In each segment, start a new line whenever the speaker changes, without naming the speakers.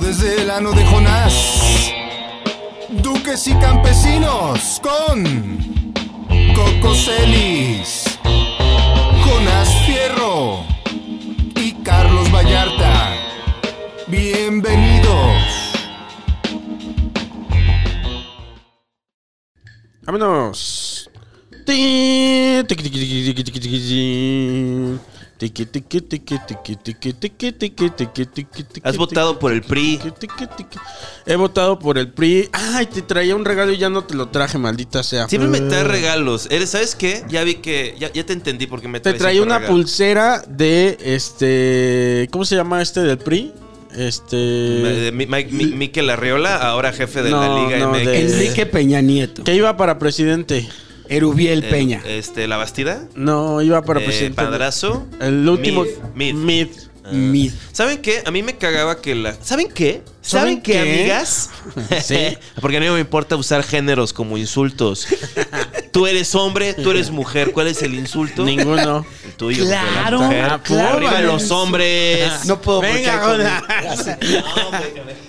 verano de Jonás. Duques y campesinos con Coco Celis, Jonás Fierro y Carlos Vallarta. Bienvenidos.
¡Vámonos! Ti, tiqui, tiqui, tiqui, tiqui, tiqui, tiqui, ti. Tiqui, tiqui, tiqui, tiqui, tiqui, tiqui, tiqui, tiqui, tiqui, tiqui,
Has
tiqui,
votado por el PRI.
tiqui, tiqui, tiqui. He votado por el PRI. Ay, te traía un regalo y ya no te lo traje, maldita sea.
Siempre me traes regalos. Eres, ¿Sabes qué? Ya vi que. Ya, ya te entendí porque me
Te
traes
traía
siempre
una
regalos.
pulsera de este. ¿Cómo se llama este del PRI?
De
Este.
Eh, Mi- Mi- Mi- Miquel Arriola, ahora jefe de la
No,
Liga
no,
MX.
de-
Enrique Peña Nieto.
Que iba para presidente.
Erubiel
Eh,
Peña.
Este, La Bastida.
No, iba para
eh,
presidente.
Padrazo.
pues El último.
Mid.
Mid.
Ah.
Mid.
¿Saben qué? A mí me cagaba que la. ¿Saben qué? ¿Saben,
¿Saben
qué,
qué?
amigas?
Sí.
Porque a mí no me importa usar géneros como insultos. tú eres hombre, tú eres mujer. ¿Cuál es el insulto?
Ninguno.
El tuyo.
Claro,
de la mujer.
claro.
Arriba los hombres.
No puedo
Venga,
voltear
Jonás.
No, hombre, que me-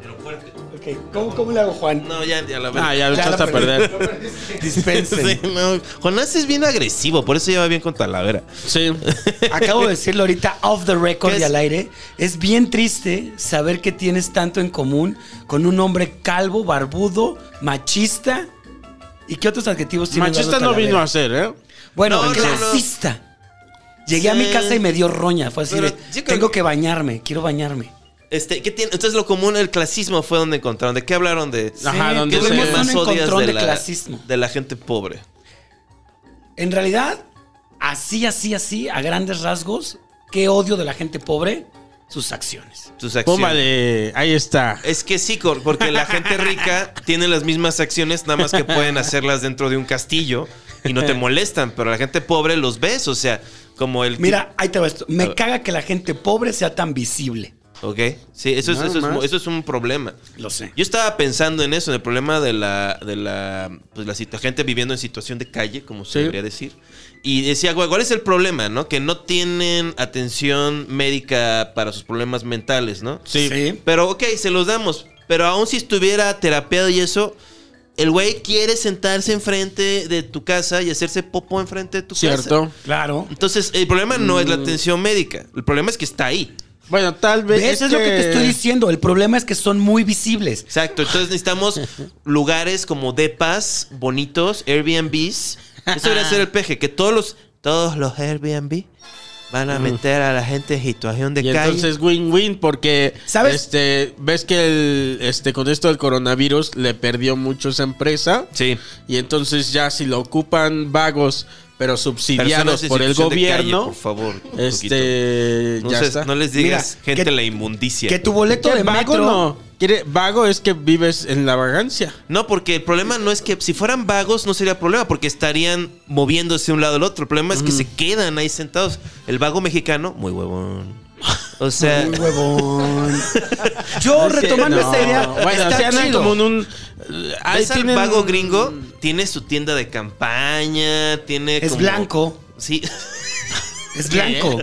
Pero fuerte.
Ok, ¿Cómo, cómo le hago, Juan?
No, ya, ya la
Ah, ya lo
Ya
echaste
la
a perder.
Dispensen.
Sí, no. Jonás es bien agresivo, por eso lleva bien con Talavera.
Sí.
Acabo de decirlo ahorita off the record
¿Qué
y
es?
al aire. Es bien triste saber que tienes tanto en común con un hombre calvo, barbudo, machista. ¿Y qué otros adjetivos tiene?
Machista
Eduardo
no vino
Talavera?
a ser, ¿eh?
Bueno,
No, no,
clasista. Llegué a mi
Sí.
casa y me dio roña. Fue así
Pero
de,
yo creo
tengo
que-
que bañarme, quiero bañarme.
Este, ¿qué tiene? Entonces lo común, el clasismo fue donde encontraron. ¿De qué hablaron de?
Ajá,
Sí,
Ah, donde
¿Qué es lo que
tuvimos
se-
más
un
odias
encontrón
de
de
la,
clasismo.
de la gente pobre?
En realidad, así, así, así, a grandes rasgos, ¿qué odio de la gente pobre? Sus acciones.
Tus acciones.
Bomba de. Ahí
Eh,
está.
Es que sí, cor- porque la gente rica tiene las mismas acciones, nada más que pueden hacerlas dentro de un castillo y no te molestan, pero la gente pobre los ves, o sea, como el...
Mira, ahí te va esto.
A
Me
ver.
caga que la gente pobre sea tan visible.
Ok, sí, eso es,
Nada
eso, es,
más.
mu- eso es un problema.
Lo sé.
Yo estaba pensando en eso, en el problema de la, de la, pues, la situ- gente viviendo en situación de calle, como se
Sí.
debería decir. Y decía, güey, ¿cuál es el problema, no? Que no tienen atención médica para sus problemas mentales, ¿no?
Sí.
Pero ok, se los damos. Pero aún si estuviera terapeado y eso, el güey quiere sentarse enfrente de tu casa y hacerse popo enfrente de tu casa.
Cierto. Mm.
Claro.
Entonces, el problema no es la atención médica. El problema es que está ahí.
Bueno, tal vez.
pues, ¿Ves? Es, lo que te estoy diciendo. El problema es que son muy visibles.
Exacto. Entonces necesitamos lugares como depas, bonitos, Airbnbs. Eso debería ser el peje, que todos los, todos los Airbnb van a meter a la gente en situación de
Mm. Y
calle.
entonces win-win porque
¿Sabes?
este ves que el este con esto del coronavirus le perdió mucho esa empresa
sí.
y entonces ya si lo ocupan vagos pero
Personas
subsidiados
en
por el
situación de calle,
gobierno
por favor. Coquito.
este
No,
ya
seas-
está.
no les digas
Mira,
gente
que-
la inmundicia.
Que tu boleto
¿Qué?
de
vago
metro...
no. Quiere- vago es que vives en la vagancia.
No, porque el problema no es que si fueran vagos no sería problema, porque estarían moviéndose de un lado al otro. El problema
Mm.
es que se quedan ahí sentados. El vago mexicano, muy huevón. O sea,
Muy huevón. Yo
Sí,
retomando
no.
esta idea,
Bueno,
está
o sea, andan
chido.
como en un. ahí
ves al
tienen-
vago gringo, tiene su tienda de campaña, tiene.
Es
como-
blanco.
Sí.
Es blanco.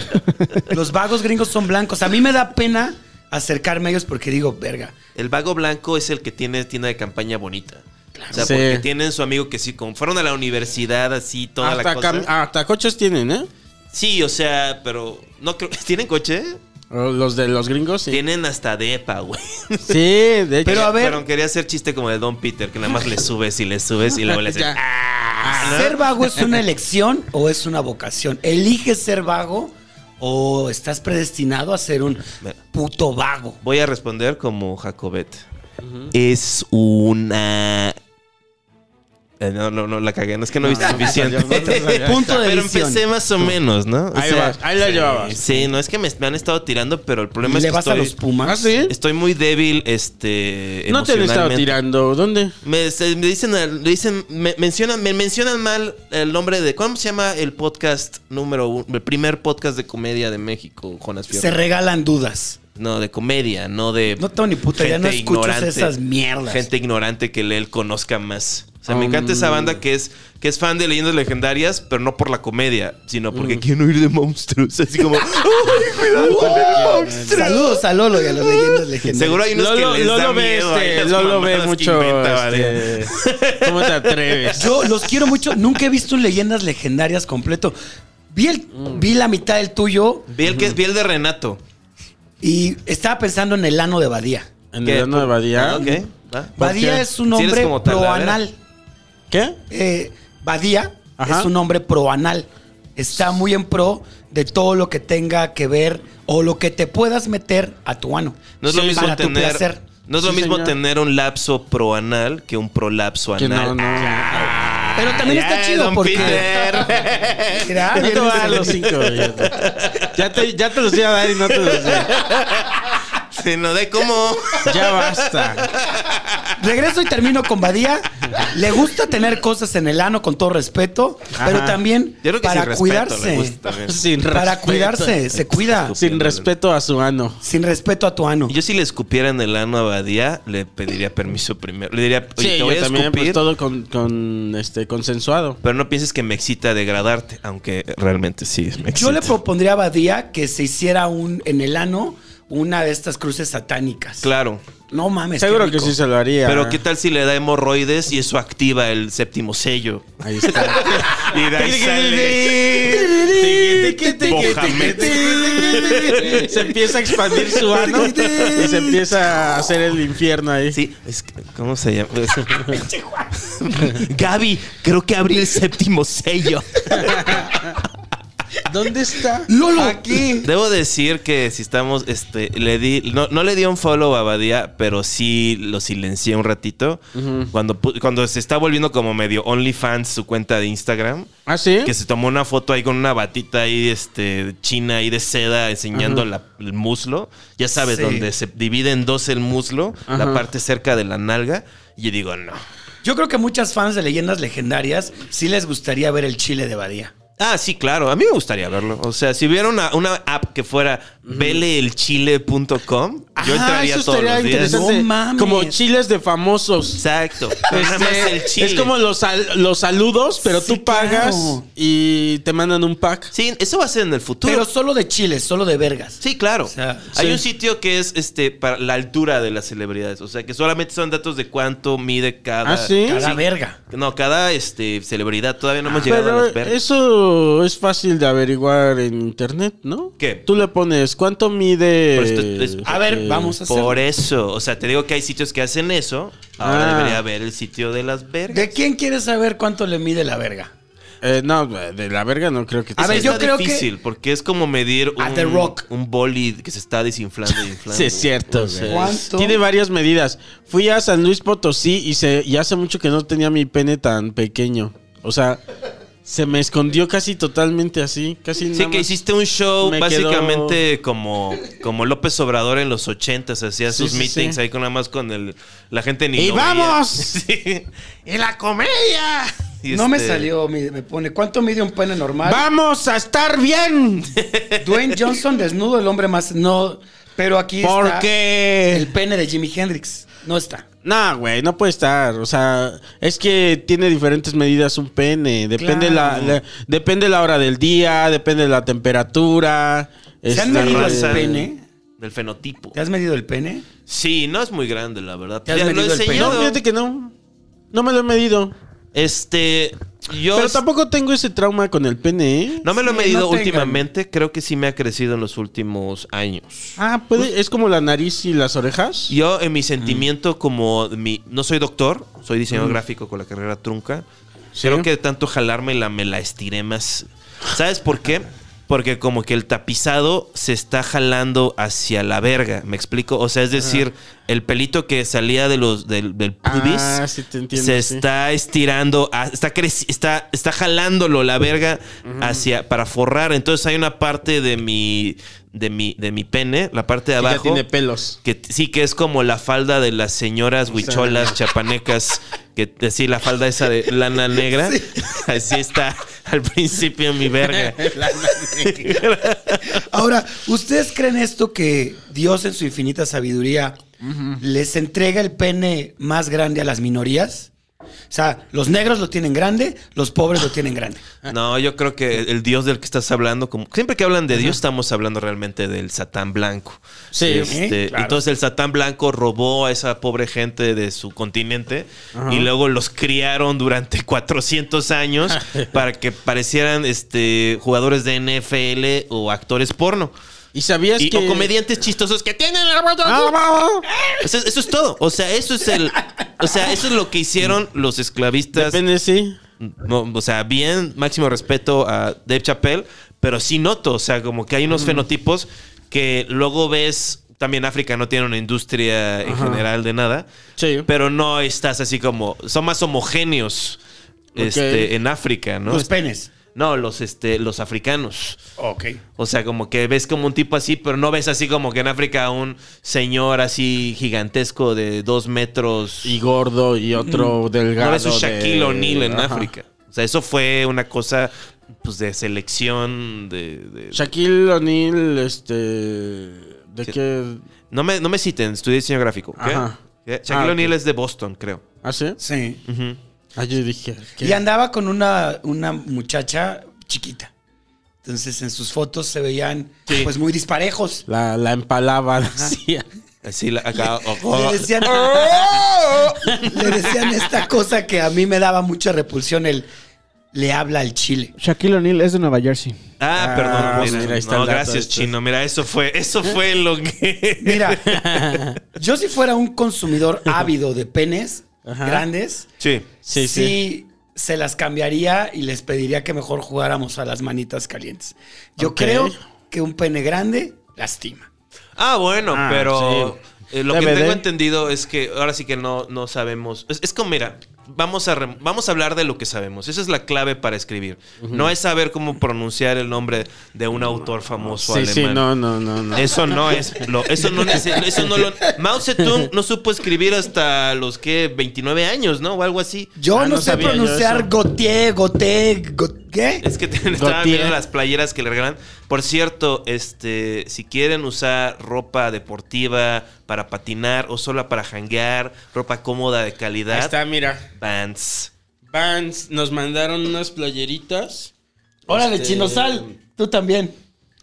Los vagos gringos son blancos. A mí me da pena acercarme a ellos porque digo, verga.
El vago blanco es el que tiene tienda de campaña bonita. O sea,
Sí.
porque tienen su amigo que sí, como fueron a la universidad, así, toda la
Hasta,
cosa.
cam- ah. hasta coches tienen, ¿eh?
Sí, o sea, pero no creo. ¿Tienen coche?
O Los de los gringos, sí.
Tienen hasta depa, güey.
Sí, de hecho.
Pero a ver-
Pero quería hacer chiste como de Don Peter, que nada más le subes y le subes y luego le haces.
Ya.
"Ah". ¿no?
¿Ser vago es una elección o es una vocación? ¿Eliges ser vago o estás predestinado a ser un
Mira.
puto vago?
Voy a responder como Jacobet. Es una. Eh, no, no, no, la cagué. No es que no, viste suficiente.
no te salió.
Punto de
pero
visión.
empecé más o menos, ¿no? O
Ahí
sea,
vas, ahí la llevabas.
Sí, no, es que me, me han estado tirando, pero el problema es
¿Le
que
vas
estoy,
a los Pumas?
¿Ah, sí?
estoy muy débil, este.
No te han estado
emocionalmente.
tirando. ¿Dónde?
Me, se- me dicen, al- le dicen me, mencionan, me mencionan mal el nombre de. ¿Cómo se llama el podcast número uno? El primer podcast de comedia de México, Jonas Fierro.
Se regalan dudas.
no, de comedia, no de.
No tengo ni puta idea, no
gente
escuchas
ignorante.
esas mierdas.
Gente ignorante que lee el conozca más. sea,
Mm.
me encanta esa banda que es, que es fan de leyendas legendarias, pero no por la comedia, sino porque
Mm.
quieren huir de monstruos. Así como, ¡ay, cuidado con el monstruo!
Saludos a Lolo y a las leyendas legendarias.
Seguro hay unos
Lolo,
que les da
Lolo ve,
miedo.
este,
ahí las
Lolo ve
mamadas que
mucho.
inventa, ¿vale?
este, ¿Cómo te atreves?
Yo los quiero mucho. Nunca he visto leyendas legendarias completo. Vi, el,
Mm.
vi la mitad del tuyo
Vi el, que, vi el de Renato.
y estaba pensando en el ano de Badía.
En
¿Qué?
el ano de Badía.
Ah, ok. Va.
Badía
qué?
es un
Si eres
hombre
como Talavera.
proanal.
¿Qué?
Eh, Badía
Ajá.
es un hombre proanal. Está muy en pro de todo lo que tenga que ver o lo que te puedas meter a tu ano.
No es lo
Sí,
mismo
para tu
tener.
placer.
No es lo
Sí,
mismo
señor.
tener un lapso proanal que un prolapso
Que
anal.
no, no.
Ah,
Pero también
Ya,
está chido
don
porque.
Peter.
Mira,
no te
bien
voy a dar
dice-
los cinco. Ya te, ya te los iba a dar y no te los di.
Se no de cómo.
Ya basta.
Regreso y termino con Badía. Le gusta tener cosas en el ano, con todo respeto, pero
Ajá.
también
Yo creo que
para
sin respeto
cuidarse.
le gusta también.
Sin
para
respeto.
cuidarse, se cuida.
Sin respeto a su ano.
Sin respeto a tu ano.
Yo si le escupiera en el ano a Badía, le pediría permiso primero. Le diría, oye,
Sí,
te voy
yo
a
también, pues
escupir,
todo con, con este consensuado.
pero no pienses que me excita degradarte, aunque realmente sí me excita.
Yo le propondría a Badía que se hiciera un en el ano una de estas cruces satánicas.
Claro,
No mames. qué
Seguro que
rico.
sí se lo haría.
pero ¿qué tal si le da hemorroides y eso activa el séptimo sello?
Ahí está.
Y de ahí sale...
Mohamed. se empieza a expandir su ano y se empieza a hacer el infierno ahí.
Sí, es que- ¿cómo se llama? Gaby, creo que abrí el séptimo sello.
¿Dónde está?
Lolo.
Debo decir que si estamos, este, le di, no, no le di un follow a Badía, pero sí lo silencié un ratito. cuando, pu- cuando se está volviendo como medio OnlyFans su cuenta de Instagram,
¿Ah, sí?
que se tomó una foto ahí con una batita ahí, este, china ahí de seda, enseñando la- el muslo. Ya sabes,
Sí.
donde se divide en dos el muslo,
Ajá.
la parte cerca de la nalga. Y yo digo, no.
Yo creo que muchas fans de leyendas legendarias sí les gustaría ver el chile de Badía.
Ah, sí, claro. A mí me gustaría verlo. O sea, si hubiera una, una app que fuera veleelchile.com, yo entraría
eso
todos
estaría
los días.
interesante.
No mames.
Como chiles de famosos.
Exacto. Pero nada más
Este,
el chile.
Es como los, sal- los saludos, pero
Sí,
tú pagas
claro.
y te mandan un pack.
Sí, eso va a ser en el futuro.
Pero solo de chiles, solo de vergas.
Sí, claro.
sea,
Hay
sí.
un sitio que es este para la altura de las celebridades. O sea, que solamente son datos de cuánto mide cada.
¿Ah, sí?
Cada
sí.
verga.
No, cada este, celebridad. Todavía no hemos llegado a
Pero
las ver-
eso es fácil de averiguar en internet, ¿no?
¿Qué?
Tú le pones cuánto mide.
Pero esto es-
A ver,
eh,
vamos a hacer.
Por eso. O sea, te digo que hay sitios que hacen eso. Ahora
Ah.
debería haber el sitio de las vergas.
¿De quién quieres saber cuánto le mide la verga?
eh, no, de la verga no creo que.
A
A
te
ver,
ver,
salga.
yo
yo
creo que-
difícil porque es como medir
A
un,
The Rock.
un boli que se está desinflando y inflando.
Sí, es cierto.
O sea,
sí.
¿Cuánto?
Tiene varias medidas. Fui a San Luis Potosí y, se, y hace mucho que no tenía mi pene tan pequeño. O sea, se me escondió casi totalmente así. Casi
Sí,
nada
que
más.
hiciste un show
Me
básicamente como, como López Obrador en los ochentas, hacía
Sí,
sus
sí,
meetings
sí.
ahí con nada más con el, la gente ni
¡Y
lo veía.
vamos!
Sí. ¡Y la comedia! Y
no me
este,
salió, mi- me pone. ¿Cuánto mide un pene normal?
¡Vamos a estar bien!
Dwayne Johnson desnudo, el hombre más. No, pero aquí está el
Porque.
pene de Jimi Hendrix. No está.
No, güey, no puede estar. O sea, es que tiene diferentes medidas un pene. Depende,
Claro.
la, la- depende la hora del día, depende la temperatura.
¿Se han
este,
medido el
raza.
pene?
Del fenotipo.
¿Te has medido el pene?
Sí, no es muy grande, la verdad.
¿Te has
lo he
medido el pene?
No,
enseñado.
fíjate que no. No me lo he medido.
Este, yo...
Pero tampoco tengo ese trauma con el pene, ¿eh?
No me lo he
Sí,
medido
no tengan.
últimamente, creo que sí me ha crecido en los últimos años.
Ah, puede, es como la nariz y las orejas.
Yo en mi sentimiento como mi no soy doctor, soy diseñador gráfico con la carrera trunca.
Sí.
Creo que de tanto jalarme la me la estiré más. ¿Sabes por qué? Porque como que el tapizado se está jalando hacia la verga, ¿me explico? O sea, es decir, el pelito que salía de los del, del pubis
Ah, sí te entiendo,
se
sí.
está estirando, a- está, creci- está está jalándolo la verga hacia para forrar. Entonces hay una parte de mi de mi de mi pene, la parte de
Que
abajo
ya tiene pelos.
que t- sí que es como la falda de las señoras huicholas chapanecas, que t- sí, la falda esa de lana negra. Así está al principio mi verga.
Ahora, ¿ustedes creen esto que Dios en su infinita sabiduría les entrega el pene más grande a las minorías? O sea, los negros lo tienen grande, los pobres lo tienen grande.
No, yo creo que el Dios del que estás hablando, como siempre que hablan de Dios, estamos hablando realmente del Satán blanco.
Sí,
Este,
claro.
Entonces el Satán blanco robó a esa pobre gente de su continente y luego los criaron durante 400 años para que parecieran este, jugadores de NFL o actores porno.
Y sabías
Y,
que.
O comediantes chistosos que tienen
Ah, ah, ah.
Eso, es- eso es todo. O sea, eso es el. O sea, eso es lo que hicieron los esclavistas.
Depende, sí.
No, o sea, bien, máximo respeto a Dave Chappelle, pero sí noto, o sea, como que hay
Mm.
unos fenotipos que luego ves. También África no tiene una industria en general de nada,
Sí.
pero no estás así como. Son más homogéneos este, en África, ¿no?
Los
Pues
penes.
no, los, este, los africanos.
Ok.
O sea, como que ves como un tipo así, pero no ves así como que en África un señor así gigantesco de dos metros.
Y gordo y otro delgado.
no ves un Shaquille
de-
O'Neal en
Ajá.
África. O sea, eso fue una cosa pues, de selección, de... de-
Shaquille O'Neal, este. ¿De qué?
No, me, no me citen, estudié diseño gráfico. ¿ok?
Ajá.
¿Qué?
Ah,
Shaquille
ok.
O'Neal es de Boston, creo.
¿Ah, sí?
Sí.
Ah, yo dije. ¿qué?
Y andaba con una, una muchacha chiquita. Entonces en sus fotos se veían pues muy disparejos.
La, la empalaban así.
Así, la- acá... oh, ojo.
Oh.
Le decían, le decían esta cosa que a mí me daba mucha repulsión, el le habla al chile.
Shaquille O'Neal es de Nueva Jersey.
Ah,
Ah,
perdón.
pues
mira.
mira, ahí está
no,
el dato,
gracias,
esto es-
Chino. Mira, eso fue, eso fue lo que...
Mira, yo si fuera un consumidor ávido de penes
Ajá.
grandes,
Sí.
sí,
Sí,
se las cambiaría y les pediría que mejor jugáramos a las manitas calientes. Yo
Ok.
creo que un pene grande lastima.
Ah, bueno,
Ah,
pero eh, lo que
DVD.
tengo entendido es que ahora sí que no, no sabemos. Es, es como, mira, vamos a, rem- vamos a hablar de lo que sabemos. Esa es la clave para escribir. No es saber cómo pronunciar el nombre de un autor famoso
Sí,
alemán.
sí, no, no, no. no.
Eso no es lo, eso no nece- eso no lo Mao Zedong no supo escribir hasta los que 29 años, ¿no? O algo así.
Yo
Ah,
no,
no
sé
sabía yo
pronunciar
eso.
goté, goté, goté, ¿qué?
Es que te- estaban viendo
Gautier.
las playeras que le regalan. Por cierto, este, si quieren usar ropa deportiva para patinar o sola para janguear, ropa cómoda de
Ahí
calidad,
está, mira.
Vans.
Vans nos mandaron unas playeritas.
Órale,
Este-
chino sal, tú también.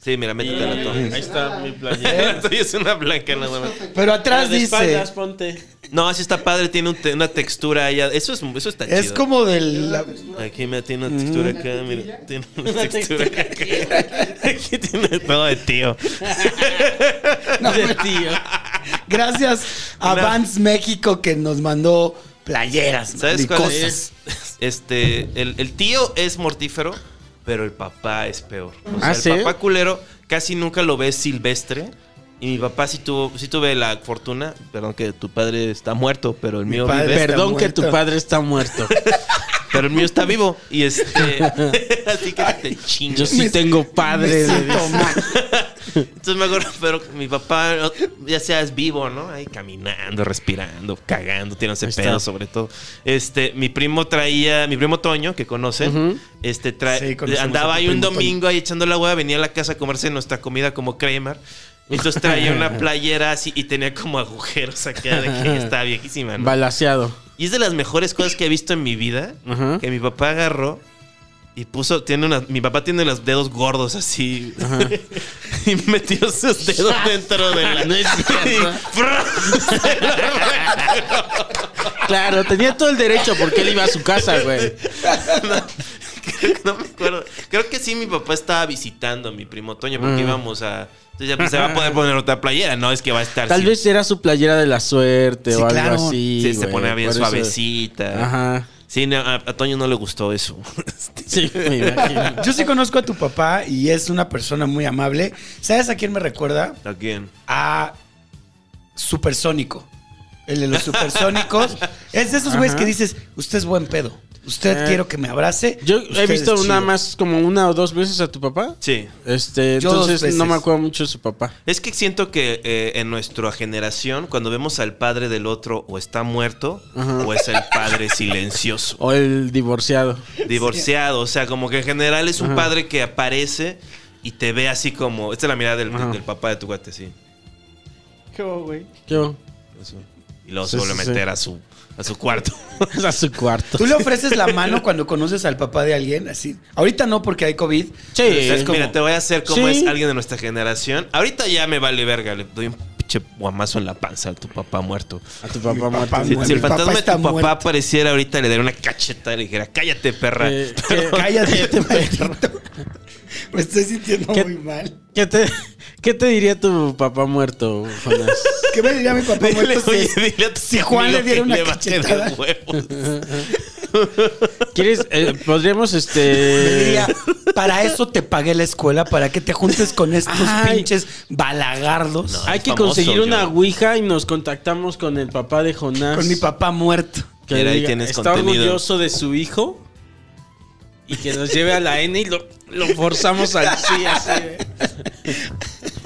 Sí, mira, métete la
Ahí está mi playera.
toalla. es una blanca nada más.
Pero atrás
De
dice,
espaldas, ponte.
No, así está padre, tiene un te- una textura allá. Eso es eso está
es
chido.
como del... la-
Aquí me tiene una textura acá, mira. Tiene una, textura acá. Aquí tiene todo de tío.
No, me- Gracias a
Una-
Vans México que nos mandó playeras
¿Sabes
y
cuál
cosas.
es? Este, el, el tío es mortífero, pero el papá es peor. O sea,
¿Ah,
el
sí?
papá culero casi nunca lo ves silvestre. Y mi papá sí tuvo, sí tuve la fortuna, perdón que tu padre está muerto, pero el mío
padre-
vive.
Está
Perdón que
muerto.
tu padre está muerto.
Pero el mío está vivo. Y este. así que te chingas.
Yo sí tengo padre.
Entonces me acuerdo, pero mi papá, ya seas vivo, ¿no? Ahí caminando, respirando, cagando, tirándose
Ahí está.
pedo sobre todo. Este, mi primo traía, mi primo Toño, que conocen, este trae,
Sí, conocemos
andaba
a tu
ahí un
primo Toño.
domingo ahí echando la hueá, venía a la casa a comerse nuestra comida como Kramer. Entonces traía una playera así y tenía como agujeros acá de que ya estaba viejísima, ¿no?
Balaseado.
Y es de las mejores cosas que he visto en mi vida.
Ajá.
Que mi papá agarró y puso. Tiene unas, mi papá tiene los dedos gordos así. y metió sus dedos dentro de la.
No es cierto.
Y ¡fra! se lo arrancó.
Claro, tenía todo el derecho porque él iba a su casa, güey.
Creo que no me acuerdo. Creo que sí, mi papá estaba visitando a mi primo Toño porque íbamos a. Entonces ya pues, se va a poder poner otra playera. No es que va a estar.
Tal
sí,
vez era su playera de la suerte
Sí,
o algo
claro.
así.
sí, se
güey.
ponía bien
Por eso-
suavecita.
Ajá.
Sí, no, a, a Toño no le gustó eso.
Sí, me imagino.
Yo sí conozco a tu papá y es una persona muy amable. ¿Sabes a quién me recuerda?
¿A quién?
A Supersónico. El de los supersónicos. es de esos güeyes que dices, usted es buen pedo. Usted
Eh,
quiero que me abrace.
Yo
Usted
he visto
es chido".
nada más como una o dos veces a tu papá.
Sí.
Este,
Yo dos
entonces no
veces.
me acuerdo mucho de su papá.
Es que siento que eh, en nuestra generación, cuando vemos al padre del otro, o está muerto, o es el padre silencioso,
O el divorciado.
divorciado. O sea, como que en general es un padre que aparece y te ve así como. Esta es la mirada del, del papá de tu cuate, sí.
¿Qué, güey?
Yo.
Y luego
Sí,
se vuelve
sí,
a
sí.
meter a, su, a su cuarto.
a su cuarto.
¿Tú le ofreces la mano cuando conoces al papá de alguien? Así. Ahorita no, porque hay COVID.
Sí.
pero es como-
Mira, te voy a hacer como
Sí.
es alguien de nuestra generación. Ahorita ya me vale verga. Le doy un pinche guamazo en la panza a tu papá muerto.
A tu papá muerto.
papá
Si,
muerto.
si el
Mi papá
fantasma de tu
está
papá
muerto.
apareciera ahorita, le daría una cacheta y le dijera, cállate, perra.
Eh,
Pero-
¿qué-
Cállate,
este
qué-
maldito. Me estoy sintiendo
¿Qué-
muy mal.
¿Qué te, ¿Qué te diría tu papá muerto, Jonás?
¿Qué me diría mi papá
Dile,
muerto
oye,
si-
dile a tu
si Juan
amigo
le diera
que
una
va a hacer
cachetada?
los huevos.
¿Quieres? eh, podríamos,
Le
este.
diría, para eso te pagué la escuela, para que te juntes con estos
Ay.
pinches balagardos.
No.
Hay
es
que
famoso,
conseguir
yo.
una ouija y nos contactamos con el papá de Jonás.
Con mi papá muerto.
Que
Mira, ahí
diga,
tienes
está
contenido.
orgulloso de su hijo y que nos lleve a la N y lo, lo forzamos al sí, así.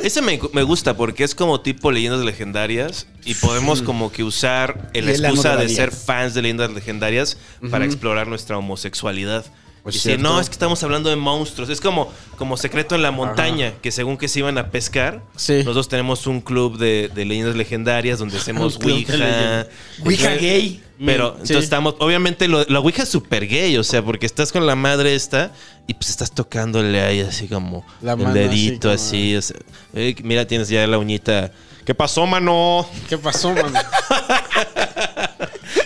Ese me, me gusta porque es como tipo leyendas legendarias y podemos como que usar el- la
Y el
excusa de
honorario.
ser fans de leyendas legendarias para explorar nuestra homosexualidad.
Pues
y decir,
cierto.
no, es que estamos hablando de monstruos. Es como, como secreto en la montaña, que según que se iban a pescar,
Sí.
nosotros tenemos un club de, de leyendas legendarias donde hacemos
club de
Ouija.
leyendas.
Ouija gay.
Pero
Mm,
entonces
sí.
estamos, obviamente lo- la Ouija es súper gay, o sea, porque estás con la madre esta y pues estás tocándole ahí así como
La
el
mano
dedito
así
así, o sea, eh, mira, tienes ya la uñita. ¿Qué pasó, mano?
¿Qué pasó, mami?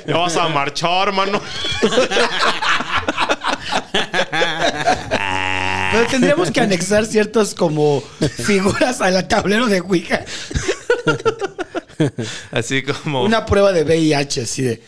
¿Ya vas a marchar, mano?
Ah.
Pero tendríamos que anexar ciertos como figuras al tablero de Ouija.
Así
Oh.
como...
Una prueba de VIH, así de.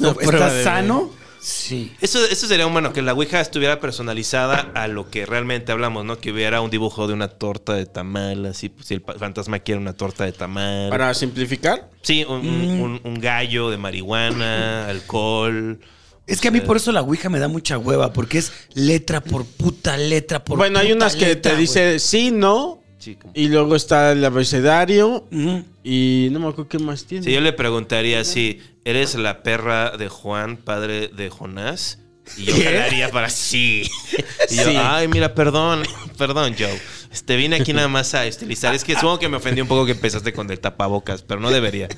Una prueba de-
¿Estás sano?
Sí.
Eso, eso sería humano, que la Ouija estuviera personalizada a lo que realmente hablamos, ¿no? Que hubiera un dibujo de una torta de tamal, así, pues, si el pa- fantasma quiere una torta de tamal.
Para simplificar,
Sí, un, un- un- un gallo de marihuana, alcohol.
Es que a mí por eso la Ouija me da mucha hueva, porque es letra por puta letra por
bueno, hay
puta
unas que
letra,
te
güey.
dice sí, no,
Sí, como-
y luego está el abecedario
Ujú.
y no me acuerdo qué más tiene.
Si yo le preguntaría si eres la perra de Juan, padre de Jonás, y yo jalaría para sí. Y yo,
Sí.
ay, mira, perdón, perdón, Joe. Este, vine aquí nada más a estilizar. Es que supongo que me ofendí un poco que empezaste con el tapabocas, pero no debería.
Es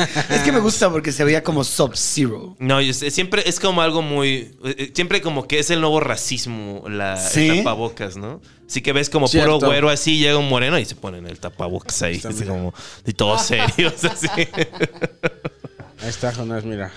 Ah.
que me gusta porque se veía como Sub-Zero.
No, yo sé, siempre es como algo muy. eh, eh, Siempre como que es el nuevo racismo, la, el
Sí.
tapabocas, ¿no? Así que ves como
Cierto.
puro güero así, llega un moreno y se ponen el tapabocas ahí.
Está
así
bien.
como, y todos serios, así.
Ahí está Jonás, mira.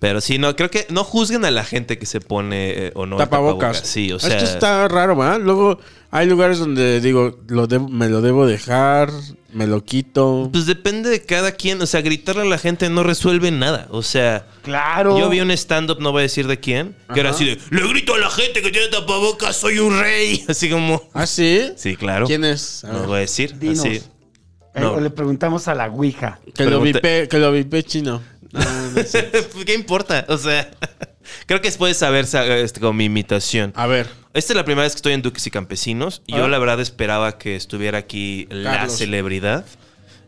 Pero sí, no, creo que no juzguen a la gente que se pone eh, o no el
tapabocas.
Sí, o sea.
Esto está raro, ¿verdad? Luego hay lugares donde digo, lo debo- me lo debo dejar, me lo quito.
Pues depende de cada quien. O sea, gritarle a la gente no resuelve nada. O sea.
Claro.
Yo vi un stand-up, no voy a decir de quién, que era así de: Le grito a la gente que tiene tapabocas, soy un rey. Así como.
¿Ah, sí?
Sí, claro.
¿Quién es? A
No
ver.
voy a decir.
Dinos.
Así.
Eh,
No.
O le preguntamos a la Ouija.
Que lo,
Pregunta-
vipe, que lo vipe chino. No, no sé.
Pues, ¿Qué importa? O sea, creo que puedes saber sa- este, con mi imitación.
A ver.
Esta es la primera vez que estoy en Duques y Campesinos. Y Yo,
Ah.
la verdad, esperaba que estuviera aquí la
Carlos.
celebridad.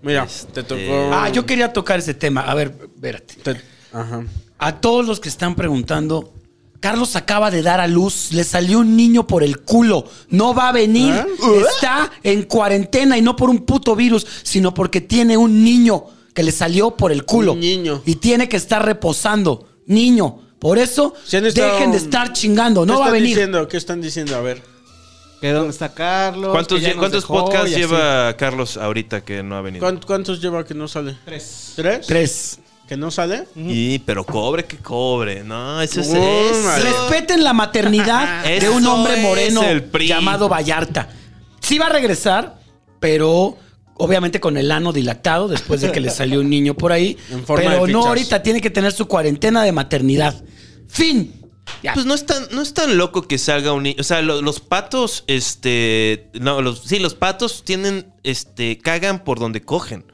Mira, te
Este-
tocó.
Ah, yo quería tocar ese tema. A ver, espérate.
te- Ajá.
A todos los que están preguntando, Carlos acaba de dar a luz, le salió un niño por el culo, no va a venir,
¿Ah?
¿Eh?
está en cuarentena y no por un puto virus, sino porque tiene un niño que le salió por el culo.
Un niño.
Y tiene que estar reposando, niño. Por eso,
Se han estado-
dejen de estar chingando,
¿Qué
no va a
están
venir.
Diciendo? ¿Qué están diciendo? A ver.
Que dónde está Carlos.
¿Cuántos,
que ya
lle-
nos
cuántos
dejó
podcasts
y así.
lleva Carlos ahorita que no ha venido?
¿Cuán- ¿Cuántos lleva que no sale?
Tres.
¿Tres?
Tres.
¿Que no sale?
Y, pero cobre que cobre. No, eso es.
Oh,
eso.
madre.
Respeten la maternidad de
Eso
un hombre
es
moreno
el PRI.
llamado Vallarta. Sí va a regresar, pero obviamente con el ano dilatado después de que le salió un niño por ahí.
En forma de
Pero no
fichas.
ahorita tiene que tener su cuarentena de maternidad. Fin. Ya.
Pues no es, tan, no es tan loco que salga un niño. O sea, lo- los patos, este. No, los, sí, los patos tienen. Este. Cagan por donde cogen.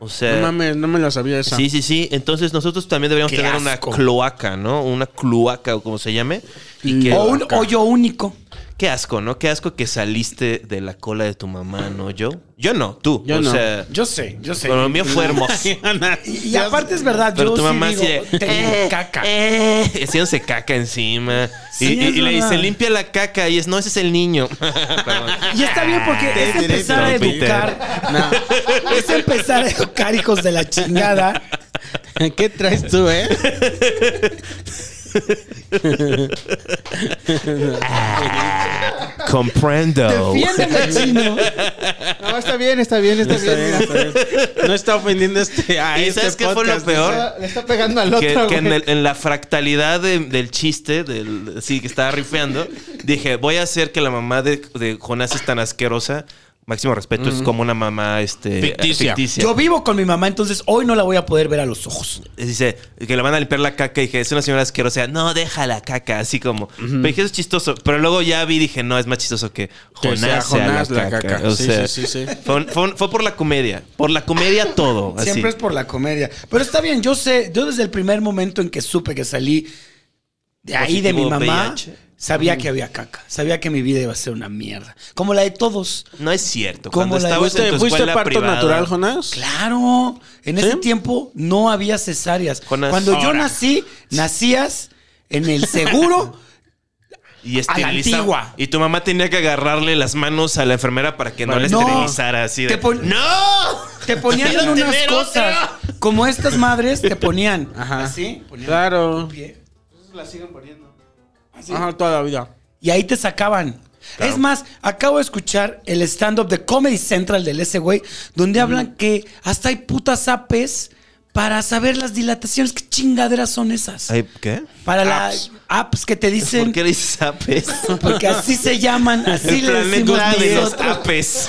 O sea.
No mames, no me la sabía esa.
Eh. Sí, sí, sí. Entonces nosotros también deberíamos
Qué
tener una
asco. Mm.
cloaca, ¿no? Una cloaca o como se llame. Y que,
o un hoyo único.
Qué asco, ¿no? Qué asco que saliste de la cola de tu mamá, ¿no? Yo. Yo no, tú.
Yo
o
no.
sea,
Yo sé, yo sé.
pero lo mío fue hermoso.
Y, y aparte es verdad,
Pero
yo
tu
sí
mamá
digo,
así de,
tenía
"Eh,
caca.
eh", haciéndose caca encima. Y-
Sí,
y,
es
y le dice,
verdad.
limpia la caca. Y es, no, ese es el niño.
Y está bien porque es empezar a
Don Peter.
educar. Es empezar a educar, hijos de la chingada.
¿Qué traes tú, eh?
Comprendo.
Defienden al chino.
No, está bien, está bien, está,
Está
bien.
bien,
mira.
está bien. No está ofendiendo este, a
¿Y
este
sabes qué fue lo
podcast,
peor?
dice.
Está- Le está pegando al
que,
otro,
que en,
güey.
el- en la fractalidad de- del chiste, del, sí, que estaba rifeando, dije, voy a hacer que la mamá de, de Jonás es tan asquerosa. Máximo respeto, es como una mamá este,
Ficticia.
Yo vivo con mi mamá, entonces hoy no la voy a poder ver a los ojos.
Dice que le van a limpiar la caca y dije, es una señora asquerosa. No, deja la caca, así como. Pero dije, eso es chistoso. Pero luego ya vi y dije, no, es más chistoso que
Que
Jonás
sea
sea
Jonás
la, caca. O
Sí,
sea,
sí, sí, sí.
Fue, un- fue un- fue por la comedia. Por la comedia todo. así.
Siempre es por la comedia. Pero está bien, yo sé, yo desde el primer momento en que supe que salí de ahí de mi
Positivo
mamá,
VIH.
sabía que había caca. Sabía que mi vida iba a ser una mierda. Como la de todos.
No es cierto.
¿Cómo
Cuando
la-
estabas en
¿Fuiste,
tu
fuiste
escuela
parto
privada-
natural, Jonás?
Claro, en ese
¿Sí?
tiempo no había cesáreas.
Jonas,
Cuando yo
ahora.
nací, nacías en el seguro.
Y
la
esterilizaba.
antigua.
Y tu mamá tenía que agarrarle las manos a la enfermera para que no
Para-
la
No.
esterilizara así. De,
Te pon-
¡No!
Te ponían en
Quiero
unas
tener
cosas. Como estas madres te ponían.
Ajá.
Así, ponían
Claro.
el pie.
Ajá, toda la vida.
Y ahí te sacaban. Es más, acabo de escuchar el stand-up de Comedy Central del ese güey, donde hablan que hasta hay putas apes para saber las dilataciones. ¿Qué chingaderas son esas?
Ay, ¿Qué?
Para las apps que te dicen.
¿Por qué le dices apes?
Porque así se llaman, así
El
le decimos
planeta de los
nosotros.
apes.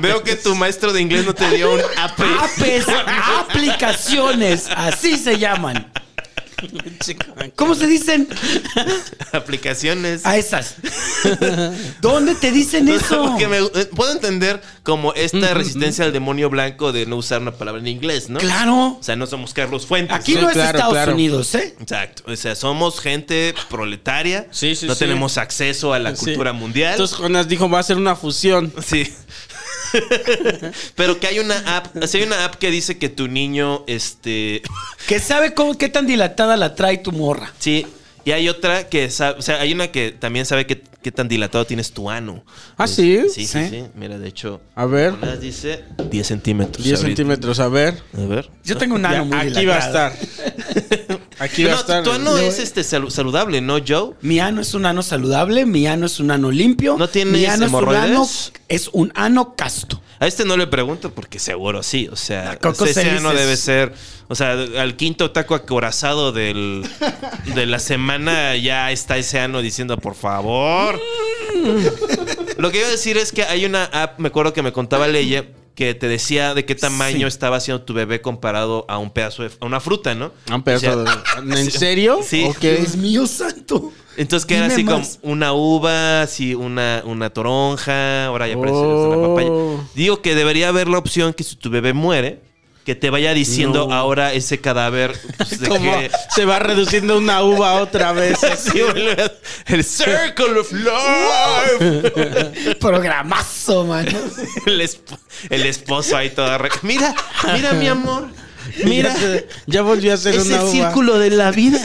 Veo que tu maestro de inglés no te dio un ape.
Apes, aplicaciones, así se llaman. ¿Cómo se dicen
Aplicaciones.
a esas? ¿Dónde te dicen
No sé
eso?
por qué me- eh, puedo entender como esta resistencia al demonio blanco de no usar una palabra en inglés, ¿no?
Claro,
O sea, no somos Carlos Fuentes.
aquí
Sí,
no es
claro,
Estados
claro.
Unidos, ¿eh?
Exacto. O sea, somos gente proletaria.
Sí, sí,
no
sí.
tenemos acceso a la
Sí.
cultura mundial.
Entonces Jonás dijo, va a ser una fusión.
sí. Pero que hay una app, o sea, hay una app que dice que tu niño, este,
Que sabe cómo, qué tan dilatada la trae tu morra.
sí, y hay otra que sabe, o sea, hay una que también sabe qué, qué tan dilatado tienes tu ano.
Ah, ¿sí?
Sí, sí, sí, Mira, de hecho,
A ver.
Jonás dice 10 centímetros.
10
ahorita.
centímetros, a ver.
A ver.
Yo tengo un
Ya,
ano muy
aquí
dilatado.
va a estar. Aquí va a
No,
estar.
tu ano es este salu- saludable, ¿no, Joe?
Mi ano es un ano saludable, mi ano es un ano limpio.
¿No tienes
mi ano es un ano,
hemorroides?
es un ano casto.
A este no le pregunto porque seguro sí. O sea,
Coco
ese
Celis
ano
es-
debe ser. O sea, al quinto taco acorazado del, de la semana ya está ese ano diciendo, por favor.
Mm.
Lo que iba a decir es que hay una app, me acuerdo que me contaba Leye, que te decía de qué tamaño estaba haciendo tu bebé comparado a un pedazo de. a una fruta, ¿no?
Ah, pero
O sea,
eso- ¿En serio?
Sí.
Ok.
Dios mío santo.
Entonces, que era
Dime
así como
más.
una uva, así una, una toronja, ahora ya aparece hasta la
Oh.
papaya. Digo que debería haber la opción que si tu bebé muere, que te vaya diciendo
No.
ahora ese cadáver pues, de
Como
que...
se va reduciendo una uva otra vez.
Sí, boludo. el circle of life.
Programazo, mano.
El, esp- el esposo ahí todo... re- Mira, mira mi amor. Mira,
Ya se- ya volvió a ser
es
una
el
uva.
círculo de la vida.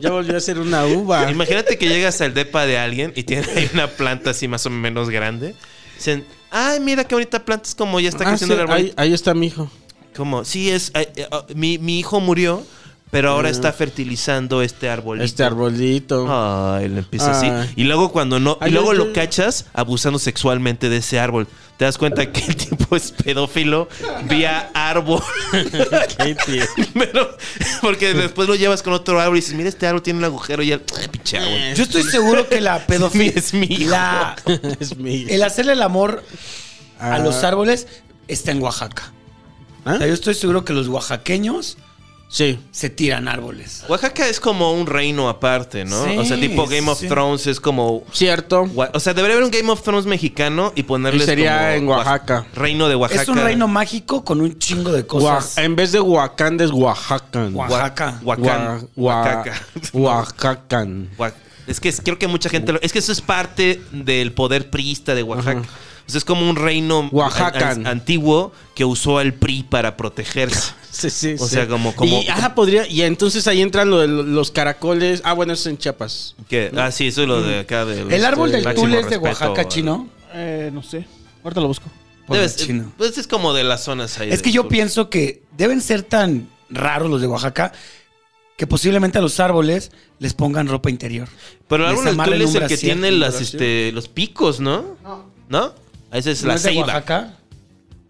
Ya volvió a ser una uva.
Imagínate que llegas al depa de alguien y tiene ahí una planta así más o menos grande. Dicen, ay, mira qué bonita planta, es como ya está
Ah,
creciendo
sí,
el árbol.
ahí, ahí está mi hijo.
Como, sí, es. ay, eh, ah, mi, mi hijo murió, pero ahora está fertilizando este arbolito.
Este arbolito.
Ah. Ay, le empieza
Ay.
así. Y luego cuando no.
Ay,
y luego
ay,
lo
ay.
cachas abusando sexualmente de ese árbol. Te das cuenta que el tipo es pedófilo vía árbol.
Qué tío.
pero. Porque después lo llevas con otro árbol y dices, mira, este árbol tiene un agujero y el. Ay, pinche árbol.
Yo estoy seguro que la pedofilia
Es mi hijo.
la-
Es mi
el hacerle el amor a
Ah.
los árboles está en Oaxaca.
¿Ah?
O sea, yo estoy seguro que los oaxaqueños
Sí.
se tiran árboles.
Oaxaca es como un reino aparte, ¿no?
Sí,
o sea, tipo Game of
sí.
Thrones es como.
Cierto.
Gua- O sea, debería haber un Game of Thrones mexicano y ponerles.
Y sería
como
en Oaxaca.
Oax- Reino de Oaxaca.
Es un reino mágico con un chingo de cosas.
Oa- en vez de Huacán es Oaxacan.
Oaxaca. Oaxaca.
Oaxacan. Oaxaca.
Oaxaca. Oaxacan.
Oax- Es que es- creo que mucha gente lo- Es que eso es parte del poder priista de Oaxaca. O sea, es como un reino
Oaxacan.
an- an- antiguo que usó al PRI para protegerse.
Sí, sí,
O
sí.
sea, como- como-
Y, ajá, podría. Y entonces ahí entran lo de lo- los caracoles. Ah, bueno, eso es en Chiapas.
Que- ah, sí, eso es lo de acá. del-
El árbol del
Este, máximo
tul es de
respeto
Oaxaca,
al-
chino.
Eh, no sé. Ahorita lo busco.
Por
Debes- eh,
el chino.
Pues es como de las zonas ahí.
Es que
del
yo
sur.
pienso que deben ser tan raros los de Oaxaca que posiblemente a los árboles les pongan ropa interior.
Pero el
les
árbol del
amarran
tul es
un
el que
brasier,
tiene
un
las,
brasier.
este, los picos, ¿no? No. Ah, Esa es la
¿No es de
ceiba.
Oaxaca?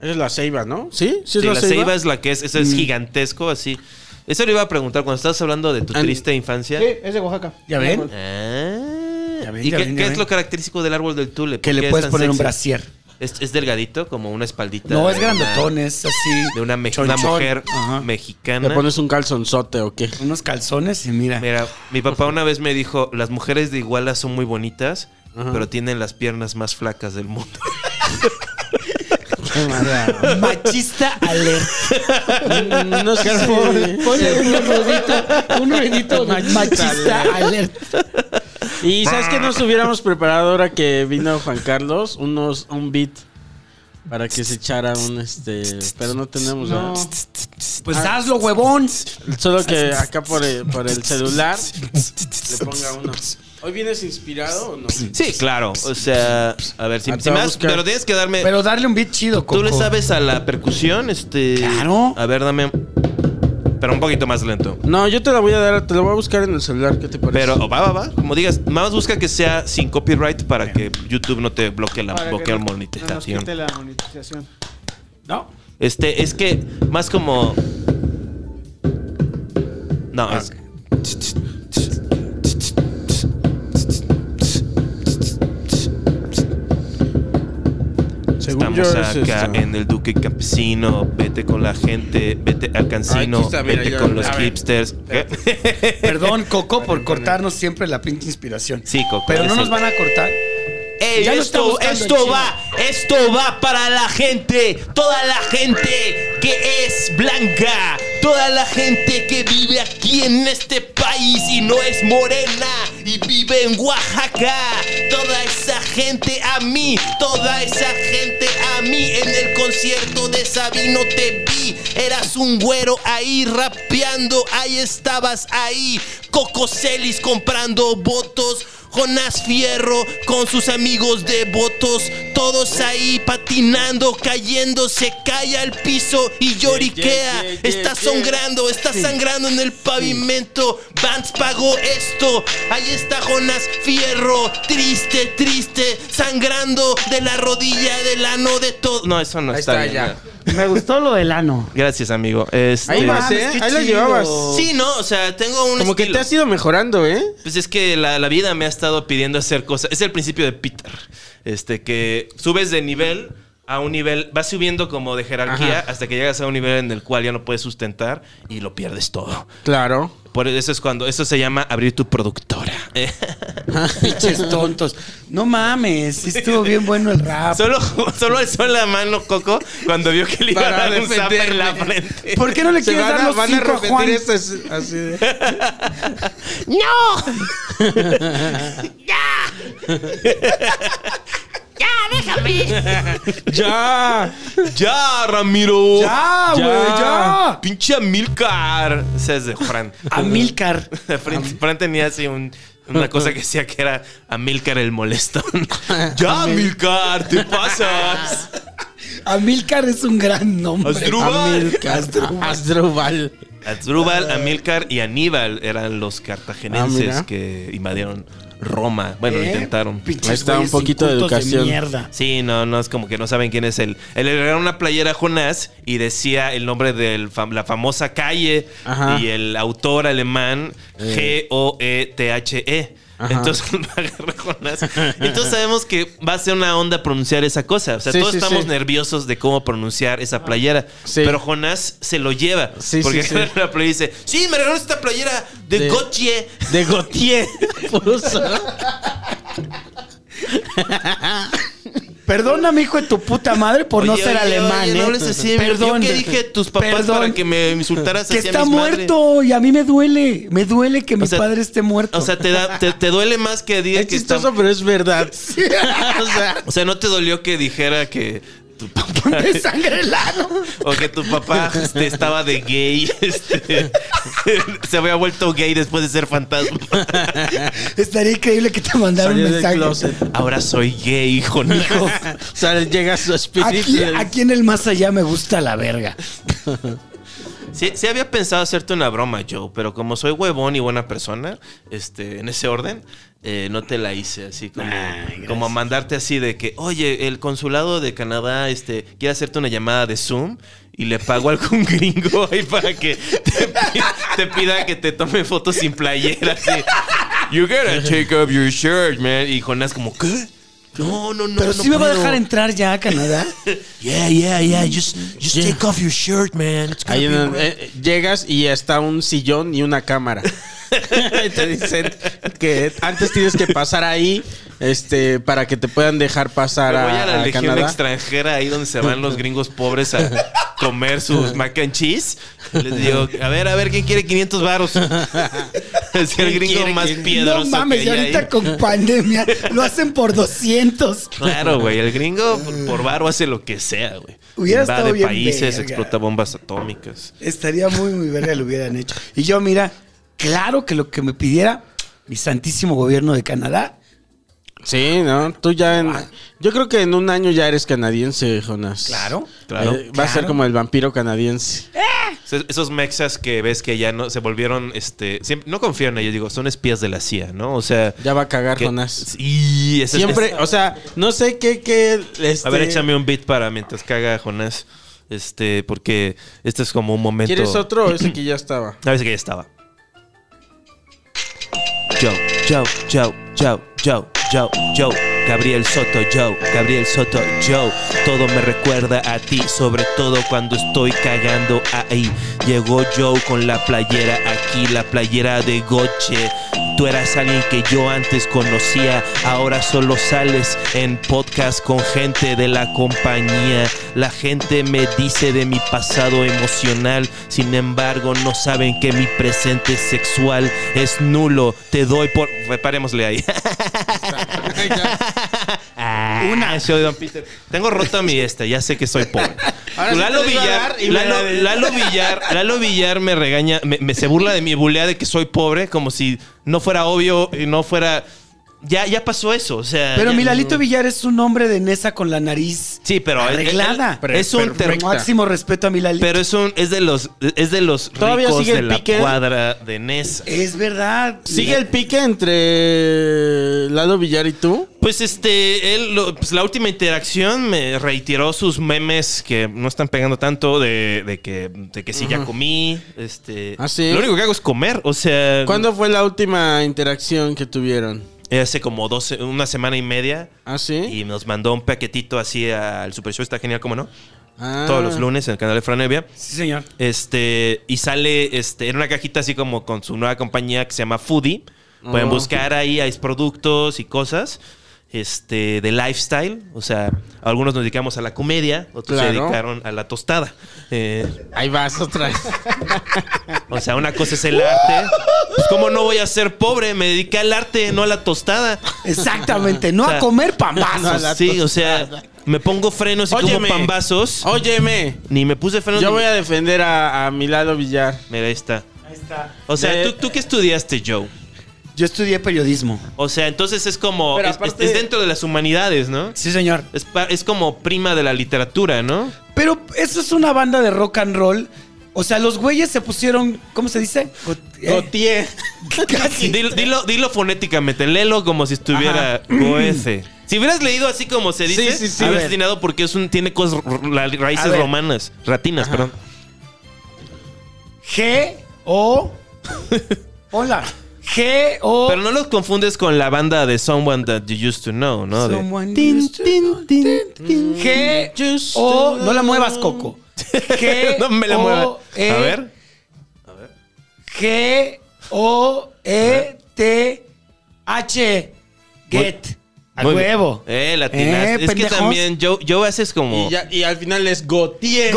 Esa es la ceiba, ¿no? Sí, sí
Sí,
es
la,
la,
ceiba? es la que es. Ese
Mm.
es gigantesco, así. Eso le iba a preguntar cuando estabas hablando de tu
And-
triste infancia.
Sí, es de Oaxaca.
¿Ya ven?
Ah.
Ya ven,
¿Y
ya
qué,
ven, ya
qué es
ven.
lo característico del árbol del tule?
Que le puedes poner un brasier.
¿Es, es delgadito, como una espaldita.
No, es
de una-
grandotón, es así.
De una, me- una
chonchón.
mujer
Ajá.
mexicana.
Le pones un calzonzote o qué.
Unos calzones y mira.
Mira, mi papá una vez me dijo, las mujeres de Iguala son muy bonitas, pero tienen las piernas más flacas del mundo.
Machista alert.
Mm, no sé. si-
Ponle un ruedito, un ruedito de machista alert.
Y sabes que nos hubiéramos preparado ahora que vino Juan Carlos unos un beat para que se echara un este, pero no tenemos. ¿verdad?
Pues hazlo, huevón.
Solo que acá por el, por el celular le ponga uno. ¿Hoy vienes inspirado o no?
Sí, claro. O sea, a ver, si,
Ah, te
si
va
me
a
das-
buscar.
pero tienes que darme...
Pero darle un beat chido,
¿Tú le
Coco.
sabes a la percusión? Este,
Claro.
A ver, dame... Pero un poquito más lento.
No, yo te la voy a dar, te la voy a buscar en el celular, ¿qué te parece?
Pero va, va, va. Como digas, nada más busca que sea sin copyright para que YouTube no te bloquee la,
Para que
bloquee la
no- no nos
monetización.
quite la monetización.
¿No?
Este, es que más como. No,
Ah,
es.
Según
Estamos
yo es
acá
esta.
en el Duque Campesino. Vete con la gente, vete al cancino,
Ah, Aquí está, mira,
vete
ya,
con los
a ver.
hipsters. ¿Qué?
Perdón, Coco, por cortarnos siempre la pinche inspiración.
Sí, Coco,
Pero no
sí.
nos van a cortar.
Ey,
Ya lo está
esto,
buscando
esto
el chino.
va, esto va para la gente, toda la gente que es blanca, toda la gente que vive aquí en este país y no es morena y vive en Oaxaca, toda esa gente a mí, toda esa gente a mí en el concierto de Sabino te vi, eras un güero ahí rapeando, ahí estabas ahí, Coco Celis comprando votos. Jonás Fierro con sus amigos devotos, todos ahí patinando, cayendo, se cae al piso y lloriquea.
yeah, yeah,
está
yeah.
sangrando, está sangrando en el pavimento. Vance pagó esto, ahí está Jonás Fierro, triste, triste, sangrando de la rodilla, del ano, de todo. No, eso no
Ahí está, ya.
Me gustó lo del ano.
Gracias, amigo. Este-
Ahí vas, ¿eh? Ahí la llevabas.
Sí, no, o sea, tengo un.
Como que
estilo.
te has ido mejorando, ¿eh?
Pues es que la, la vida me ha estado pidiendo hacer cosas. Es el principio de Peter. Este, que subes de nivel a un nivel, vas subiendo como de jerarquía hasta que llegas a un nivel en el cual ya no puedes sustentar y lo pierdes todo.
Claro.
Por eso es cuando, eso se llama abrir tu productora. Eh,
Pinches tontos. No mames, sí estuvo bien bueno el rap.
solo, solo alzó la mano Coco cuando vio que le iba
Para
a dar un zap en la
defenderme.
frente.
¿Por qué no le
Se
quieres
van
dar
a,
los
van a
cinco a
repetir
Juan?
esto es- así de-
¡No! ¡Ya! ¡Ya, déjame!
¡Ya!
¡Ya, Ramiro!
Ya, güey, ya.
¡Pinche Amilcar! Ese es de Fran.
Amilcar.
Fran, Fran tenía así un- una cosa que decía que era Amilcar el molestón. ya, Amilcar, te pasas.
Amilcar es un gran nombre.
Asdrúbal.
Amilcar. Asdrúbal.
Asdrúbal, Amilcar y Aníbal eran los
Ah,
cartagenenses
mira.
que invadieron Roma. Bueno, lo
¿Eh?
intentaron.
Pinches
Ahí está un
güeyes
poquito de
incultos
educación.
mierda.
Sí, no, no, es como que no saben quién es él. Él le regalaron una playera a Jonás y decía el nombre de la famosa calle
Ajá. Eh.
E y el autor alemán G-O-E-T-H-E. Entonces lo agarra Jonás. Y todos sabemos que va a ser una onda pronunciar esa cosa. O sea,
Sí,
todos
sí,
estamos
sí.
nerviosos de cómo pronunciar esa playera.
Sí.
Pero Jonás se lo lleva.
Sí, sí,
porque
sí.
la playera y dice: Sí, me regaló esta playera de,
De-
Gautier".
De Gautier. Puro sa-
Perdóname, hijo de tu puta madre, por no
Oye,
ser
oye,
alemán,
oye,
¿eh?
no hables así de mí.
Perdón.
Yo que dije tus papás
Perdón.
para que me insultaras
Que
así a
está
mis madres.
muerto y a mí me duele. Me duele que mi
O sea,
padre esté muerto.
O sea, te, da, te, te duele más que diga
Es
que está-
chistoso, pero es verdad. O sea,
O sea, no te dolió que dijera que tu papá
Me sangre el ano.
o que tu papá este, estaba de gay, este, se había vuelto gay después de ser fantasma.
Estaría increíble que te mandara un
salió del
mensaje.
closet.
Ahora soy gay, hijo mío.
O sea, llega su espíritu.
Aquí, aquí en el más allá me gusta la verga.
Sí, sí había pensado hacerte una broma, Joe, pero como soy huevón y buena persona, este, en ese orden, eh, no te la hice así como, como mandarte así de que, oye, el consulado de Canadá este, quiere hacerte una llamada de Zoom y le pago a algún gringo ahí para que te pida, te pida que te tome fotos sin playera. Así. You gotta take off your shirt, man. Y Jonás como, ¿qué? No, no, no.
Pero
no
sí me va a
puedo.
dejar entrar ya a Canadá.
Yeah, yeah, yeah. Just, just take off your shirt, man. It's gonna
Ahí en
be
el- eh, llegas y está un sillón y una cámara. Y te dicen que antes tienes que pasar ahí este, para que te puedan dejar pasar
Me voy
a,
a la
a
legión
Canadá.
extranjera, ahí donde se van los gringos pobres a comer sus mac and cheese. Les digo, a ver, a ver, ¿quién quiere 500 varos? Es el gringo
quiere
más
500?
piedroso
No mames,
que
y
hay
ahorita
ahí.
con pandemia lo hacen por 200.
Claro, güey. El gringo por- por varo hace lo que sea, güey.
Hubiera
Va
estado
de
bien
países,
verga.
explota bombas atómicas.
Estaría muy, muy verga lo hubieran hecho. Y yo, mira, claro que lo que me pidiera mi santísimo gobierno de Canadá,
Sí, ¿no? Tú ya en- Yo creo que en un año ya eres canadiense, Jonas.
Claro,
claro,
Eh, Va a ser
claro.
como el vampiro canadiense.
O sea, Esos mexas que ves que ya no se volvieron, este, siempre, no confío en ellos, digo, son espías de la CIA, ¿no? O sea,
Ya va a cagar,
que-
Jonas.
y ese-
Siempre, o sea, no sé qué... qué este,
A ver, échame un beat para mientras caga Jonás. Este, porque este es como un momento.
¿Quieres otro o ese que ya estaba?
A ver si que ya estaba. Yo, yo, yo, yo, yo, yo, yo. Gabriel Soto, yo, Gabriel Soto, yo. Todo me recuerda a ti, sobre todo cuando estoy cagando ahí. Llegó Joe con la playera aquí, la playera de Goche. Tú eras alguien que yo antes conocía, ahora solo sales en podcast con gente de la compañía. La gente me dice de mi pasado emocional, sin embargo no saben que mi presente sexual es nulo. Te doy por... Parémosle ahí. Una. Ah, Soy Don Peter. Tengo roto mi este, ya sé que soy pobre.
Ahora sí
Lalo
te la iba a
Villar,
dar y me
Lalo,
la de-
Lalo Villar, Lalo Villar me regaña, me, me se burla de mi bulea de que soy pobre, como si no fuera obvio y no fuera. Ya, ya pasó eso, o sea.
Pero
ya-
Milalito Villar es un hombre de Nesa con la nariz
Sí, pero él-
arreglada.
él- es un ter-
Perfecta.
Máximo respeto a Milalito.
pero es un es de los es de los
Todavía
ricos
sigue
de
el
la
pique.
cuadra de Nesa.
es verdad.
¿Sigue el pique entre Lalo Villar y tú?
Pues este, él, lo- pues la última interacción me reiteró sus memes que no están pegando tanto de, de que, de que si ya comí, este.
Ah, ¿sí?
Lo único que hago es comer, o sea.
¿Cuándo fue la última interacción que tuvieron?
eh, Hace como 12, una semana y media.
¿Ah, sí?
Y nos mandó un paquetito así al Super Show, está genial, ¿cómo no?
Ah.
Todos los lunes en el canal de Franevia.
Sí, señor.
Este, y sale este, en una cajita así como con su nueva compañía que se llama Foodie. Pueden
Oh.
buscar ahí, hay productos y cosas este, de lifestyle. O sea, algunos nos dedicamos a la comedia, otros se
Claro.
dedicaron a la tostada. Eh,
Ahí vas otra vez.
o sea, una cosa es el arte. Pues, ¿cómo no voy a ser pobre? Me dediqué al arte, no a la tostada.
Exactamente. No
O sea,
a comer pambazos.
no a la
sí, o sea, me pongo frenos y como
Óyeme.
pambazos.
Óyeme,
Ni me puse frenos.
yo
ni-
voy a defender a, a mi Lalo Villar.
Mira, ahí está. O sea,
De-
¿tú, ¿tú qué estudiaste, Joe?
Yo estudié periodismo.
O sea, entonces es como.
Pero
es,
aparte-
es- es dentro de las humanidades, ¿no?
Sí, señor.
Es, pa- es como prima de la literatura, ¿no?
Pero eso es una banda de rock and roll. O sea, los güeyes se pusieron, ¿cómo se dice? Got- eh,
Gautier.
casi.
Dilo, dilo, dilo fonéticamente, léelo como si estuviera Goethe. Si hubieras leído así como se dice,
Sí, sí, sí. A
hubieras
ver.
atinado porque es un, tiene cosas, r- la-
A
raíces
ver.
romanas, ratinas, perdón.
G O Hola.
G
Oh.
O
Pero no los confundes con la banda de Someone That You Used to Know, ¿no? De-
Someone used to know. G O no la muevas Coco. G
no me la
O,
mueva.
oh,
E,
eh,
A ver.
G O E T H Get a
Muy bien.
huevo.
Eh, latinas.
Eh,
es que
pendejos.
también yo, yo haces como.
Y, ya- y al final es Gautier.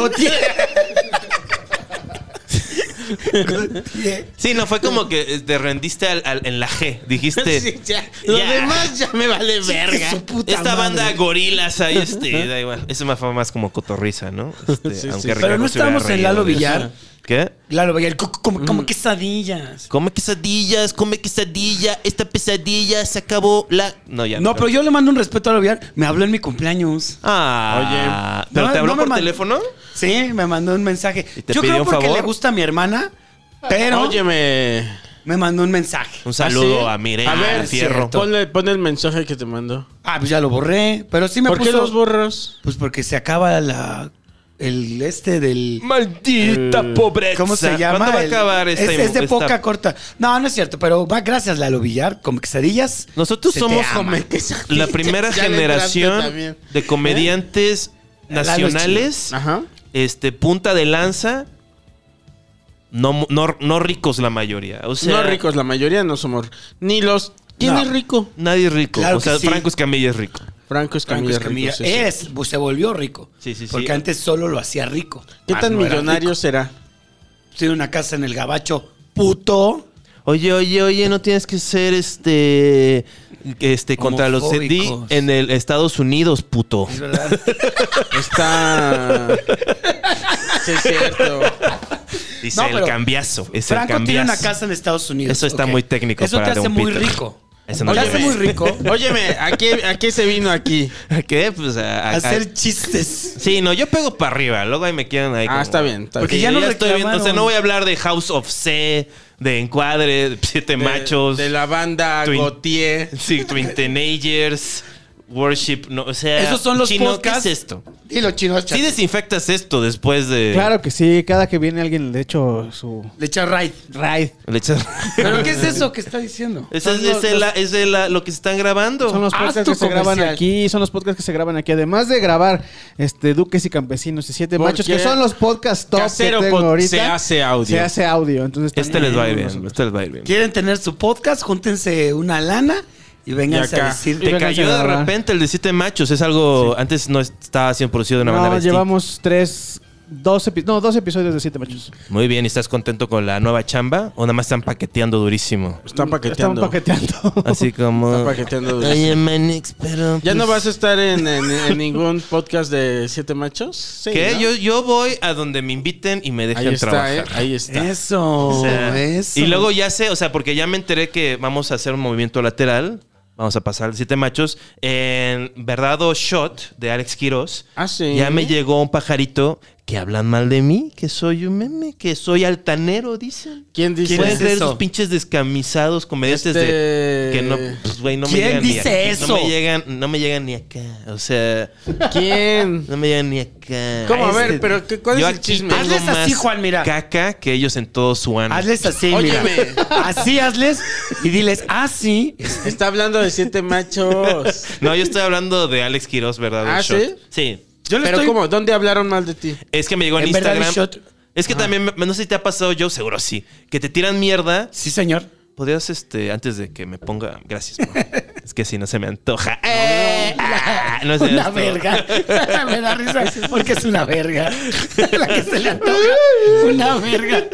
Sí, no, fue como que eh, te rendiste al- al- en la G. Dijiste.
Sí, ya. Lo
Ya.
demás ya me vale verga.
su puta
Esta
madre.
banda gorilas ahí, este, da igual. Eso me fue más como cotorriza, ¿no? Este,
Sí,
aunque
sí.
Ricardo
Pero no
se hubiera
estábamos en
reído
Lalo
de eso.
Villar.
¿Qué?
Lalo Villar, co- co- como, como
Mm.
quesadillas.
Come quesadillas, come quesadilla, esta pesadilla se acabó la. No, ya.
No, pero yo le mando un respeto a Lalo Villar. Me habló en mi cumpleaños.
Ah,
Oye.
Oye. ¿Pero
No,
te habló
no me
por
mandó.
teléfono?
Sí, me mandó un mensaje.
¿Y te
Yo
pidió
creo
un
porque
favor?
le gusta a mi hermana, pero
Óyeme.
me mandó un mensaje.
Un saludo
¿Ah, sí?
a Mireia
A ver,
Fierro.
Ponle, ponle el mensaje que te mando.
Ah, pues ya lo borré, pero sí me
¿Por
puso.
qué los borras?
Pues porque se acaba la el este del eh,
Maldita pobreza.
¿Cómo se llama?
¿Cuándo va a
El-
acabar esta
es, es de
esta-
poca corta. No, no es cierto, pero va gracias Lalo Villar con quesadillas.
Nosotros
Se te
somos
ama.
Come quesadillas.
la primera
Ya le entraste
generación
también.
de comediantes
¿Eh? Lalo es
nacionales.
Ajá.
este, punta de lanza, no, no, no ricos la mayoría. O sea,
no ricos, la mayoría no somos. Ni los. ¿Quién
No.
es rico?
Nadie es rico.
Claro
o sea,
que sí.
Franco Escamilla es rico.
Franco
Franco
Escamilla, es rico,
Escamilla
sí, sí.
es, pues, se volvió rico.
Sí, sí, sí.
Porque antes solo lo hacía rico.
¿Qué
Más
tan
no era
millonario
rico.
será?
Tiene una casa en el gabacho, puto.
Oye, oye, oye, no tienes que ser este. Este, contra los di
Homofóbicos.
en el Estados Unidos, puto.
Es verdad.
Está. sí, es cierto.
Dice
No,
el
pero
cambiazo. Es el
Franco
cambiazo.
tiene una casa en Estados Unidos.
Eso está
Ok.
muy técnico
Eso
para
te hace
Don
muy
Peter.
rico.
Eso no
te
lo
hace
sé.
muy rico.
Óyeme, ¿a qué, ¿a qué se vino aquí?
¿Qué? Pues a, a- a-
Hacer chistes.
Sí, no, yo pego para arriba. Luego ahí me quieren ahí.
Ah,
como-
está bien. Está
Porque
bien.
Sí,
ya nos
estoy viendo, O sea,
reclamaron.
no voy a hablar de House of C, de Encuadre, de Siete
De-
Machos.
De la banda
Twin-
Gautier.
Sí, Twin Teenagers, Worship, no, o sea...
Esos son los
chino,
podcasts.
¿qué es esto?
Y los chinos
Sí desinfectas esto después de...
Claro que sí, cada que viene alguien le echo su
Le echa raid.
raid.
Le echas-
¿Pero qué es eso que está diciendo?
Esa es,
Son los-
esa es la- esa es la- lo que se están grabando.
Son los
Haz
podcasts
tu
que se graban
comercial.
aquí, son los podcasts que se graban aquí. Además de grabar este Duques y Campesinos y Siete
¿Por
Machos,
qué?
que son los podcasts top
Casero
que tengo
pod-
ahorita.
se hace audio.
Se hace audio. Entonces
Este
también
les va a ir
tenemos
bien, este
nosotros.
les va a ir bien.
¿Quieren tener su podcast? Júntense una lana y vengan
Y acá.
a decir.
Te
Vénganse a
cayó de
grabar.
repente el de Siete Machos. Es algo... Antes no estaba siendo producido de una manera
No,
distinta.
llevamos tres, dos, epi- no, dos episodios de Siete Machos.
Muy bien, ¿y ¿estás contento con la nueva chamba? ¿O nada más están paqueteando durísimo?
Están
Están
paqueteando.
paqueteando.
Así como...
Están paqueteando durísimo.
Oye, Manix, pero...
¿Ya no
pues,
vas a estar en, en- en ningún podcast de Siete Machos? Sí,
¿Qué?
¿no?
Yo, yo voy a donde me inviten y me dejen
Ahí está,
trabajar.
¿eh? Ahí está.
Eso,
O sea,
eso.
Y luego ya sé, o sea, porque ya me enteré que vamos a hacer un movimiento lateral. Vamos a pasar al siete machos. En verdad o shot de Alex Quiroz.
Ah, sí.
Ya me llegó un pajarito que hablan mal de mí, que soy un meme, que soy altanero, dicen.
¿Quién dice
Pueden
es
creer
eso?
esos pinches descamisados comediantes de
Este-
que no, pues, güey, no me
¿Quién
llegan
dice
ni aquí, No
eso?
me llegan, no me llegan ni acá. O sea,
¿Quién?
no me llegan ni acá.
¿Cómo? A
Este-
ver, pero qué- ¿cuál
Yo
es el
aquí
chisme?
tengo
Hazles así,
más
Juan, mira.
Caca que ellos en todo su ano.
Hazles así, mira.
Óyeme.
Así hazles y diles, ah, sí.
Está hablando de Siete Machos.
No, yo estoy hablando de Alex Quiroz, ¿verdad?
¿Ah,
El shot.
sí?
Sí.
Yo le
Pero
estoy...
¿cómo? ¿Dónde hablaron mal de ti?
Es que me llegó en,
En verdad, el
Instagram.
shot.
Es que también, me- no sé si te ha pasado yo, seguro sí, que te tiran mierda.
Sí, señor.
Podrías, este, antes de que me ponga. Gracias, ma. es que si no se me antoja. ¡Eh! ¡Ah! No sé,
Una
esto.
verga. Me da risa porque es una verga. La que se le antoja. Una verga.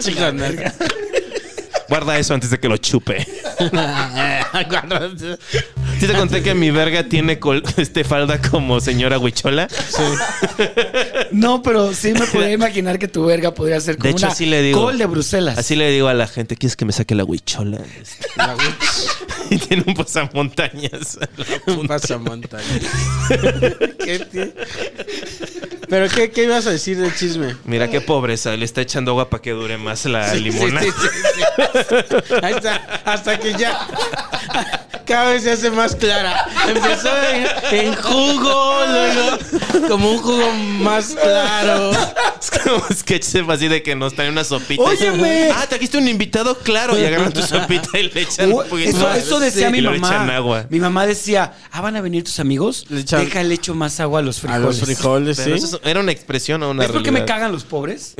Chicos, no.
Guarda eso antes de que lo chupe. ¿Sí te conté que mi verga tiene col- este falda como señora Huichola?
No, pero sí me podía imaginar que tu verga podría ser como
De hecho,
una
así le digo.
col de Bruselas.
Así le digo a la gente, ¿quieres que me saque la huichola? y tiene un pasamontañas. a la punta.
Pasa montaña. ¿Qué ti- ¿Pero qué, qué ibas a decir del chisme?
Mira qué pobreza, le está echando agua para que dure más la limonada.
Sí, sí, sí, sí. Ahí está. Hasta que ya. Cada vez se hace más clara. Empezó en, en jugo, luego
Como un jugo más claro.
Es como un sketch así de que nos traen una sopita.
Óyeme.
Ah, trajiste un invitado, claro. Y agarran tu sopita y le echan
Uh,
un poquito
eso,
más.
eso decía
Y
mi
lo echan
mamá.
agua.
Mi mamá decía, ah, van a venir tus amigos,
Le echan-
deja le echo más agua a los
A
frijoles.
los frijoles,
Pero
sí.
eso es- era una expresión o una
¿Es porque me
realidad?
cagan los pobres?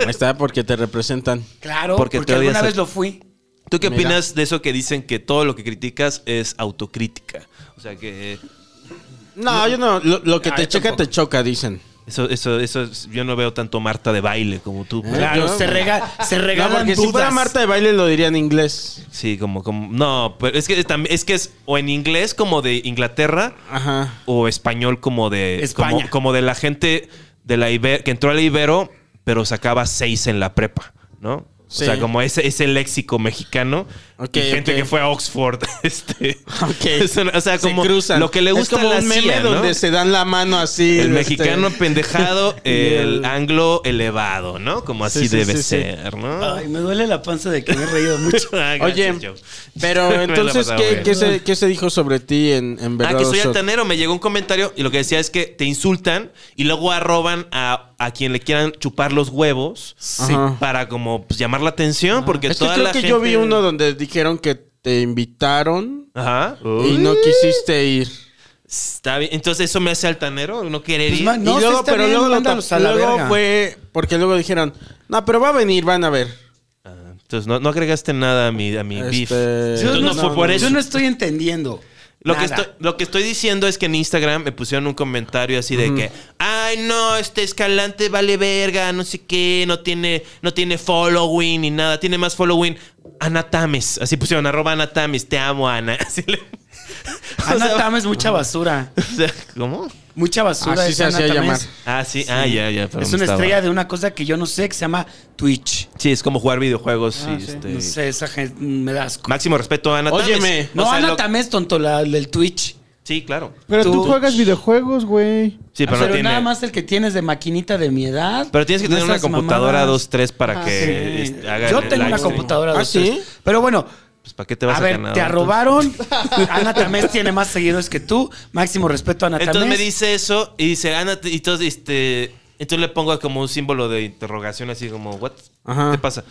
Ahí está, porque te representan.
Claro,
Porque te
porque,
odias
alguna
a-
vez lo fui.
¿Tú qué
Mira.
opinas de eso que dicen que todo lo que criticas es autocrítica? O sea que
No, yo no. Lo, lo que te
Ay,
checa,
tampoco.
te choca, dicen.
eso, eso, eso es- yo no veo tanto Marta de baile como tú. pero-
Claro,
se, rega se
No,
regalan
porque si
dudas.
fuera Marta de baile lo diría en inglés.
Sí, como, como. No, pero es que también, es que es o en inglés como de Inglaterra
Ajá.
o español como de
España.
Como, como de la gente de la Iber- que entró a la Ibero, pero sacaba seis en la prepa, ¿no?
Sí.
O sea, como ese, ese léxico mexicano.
Ok,
y gente
ok.
que fue a Oxford. Este,
Ok.
Es una- o sea, como
se cruzan.
lo que le gusta
es como
a la
un meme
CIA, ¿no?
donde se dan la mano así.
El
este.
mexicano pendejado,
Y
el
el-
anglo elevado, ¿no? Como así
Sí, sí,
debe
sí, sí.
ser, ¿no?
Ay, me duele la panza de que me he reído mucho.
Ah,
Oye,
gracias, Joe. Me
pero
la he
entonces,
pasado
¿qué,
bien.
qué se, qué se dijo sobre ti en, en
Ah,
verdad?
que soy
Oso?
altanero. Me llegó un comentario y lo que decía es que te insultan y luego arroban a, a quien le quieran chupar los huevos
Ajá.
para como pues, llamar la atención porque
Es que
toda
creo
la
que
gente...
yo vi uno donde dijeron que te invitaron
Ajá.
y no quisiste ir.
Está bien. Entonces eso me hace altanero, no querer
Pues,
ir.
man, No,
y
sí
luego,
está
pero
bien,
luego, lo
mándalos
tap-
a la
luego
verga.
fue porque luego dijeron, no, pero va a venir, van a ver.
Ah, Entonces no, no agregaste nada a mi, a mi
Este,
beef.
yo
Entonces no,
no-
fue por eso.
Yo no estoy entendiendo.
Lo que,
nada.
estoy, lo que estoy diciendo es que en Instagram me pusieron un comentario así de que, ay no, este escalante vale verga, no sé qué, no tiene, no tiene following ni nada, tiene más following. Ana Tames, así pusieron, arroba Ana Tames, te amo Ana. Así le- O
Ana
sea,
Tames es mucha basura.
o sea, ¿Cómo?
Mucha basura.
Así
es
se
Ana
hacía
Tamés.
llamar.
Ah, sí, ah, ya, ya. pero
Es
me
una
estaba-
estrella de una cosa que yo no sé que se llama Twitch.
Sí, es como jugar videojuegos y
sí.
este-
Ah, No sé, esa gente me da asco.
Máximo respeto a Ana Tames.
Óyeme.
no,
O sea,
Ana
lo-
Tamés, tonto, la, del Twitch.
Sí, claro.
Pero tú,
Tú-
juegas videojuegos, güey.
Sí, pero,
Ah, pero
no tiene...
nada más el que tienes de maquinita de mi edad.
Pero tienes que
No
tener una
esas
computadora
mamadas.
2-3 para
Ah,
que
Sí.
este, haga
Yo
el
tengo
live
una
stream.
computadora
¿Ah,
2
sí?
Pero bueno,
Pues, ¿Para qué te vas
a
a,
ver,
Canadá,
te
entonces?
arrobaron. Ana Tamés tiene más seguidores que tú. Máximo respeto a Ana
Entonces me
Tamés.
dice eso y dice, Ana, y entonces, este, entonces le pongo como un símbolo de interrogación, así como, ¿what?
Ajá.
¿Qué te pasa?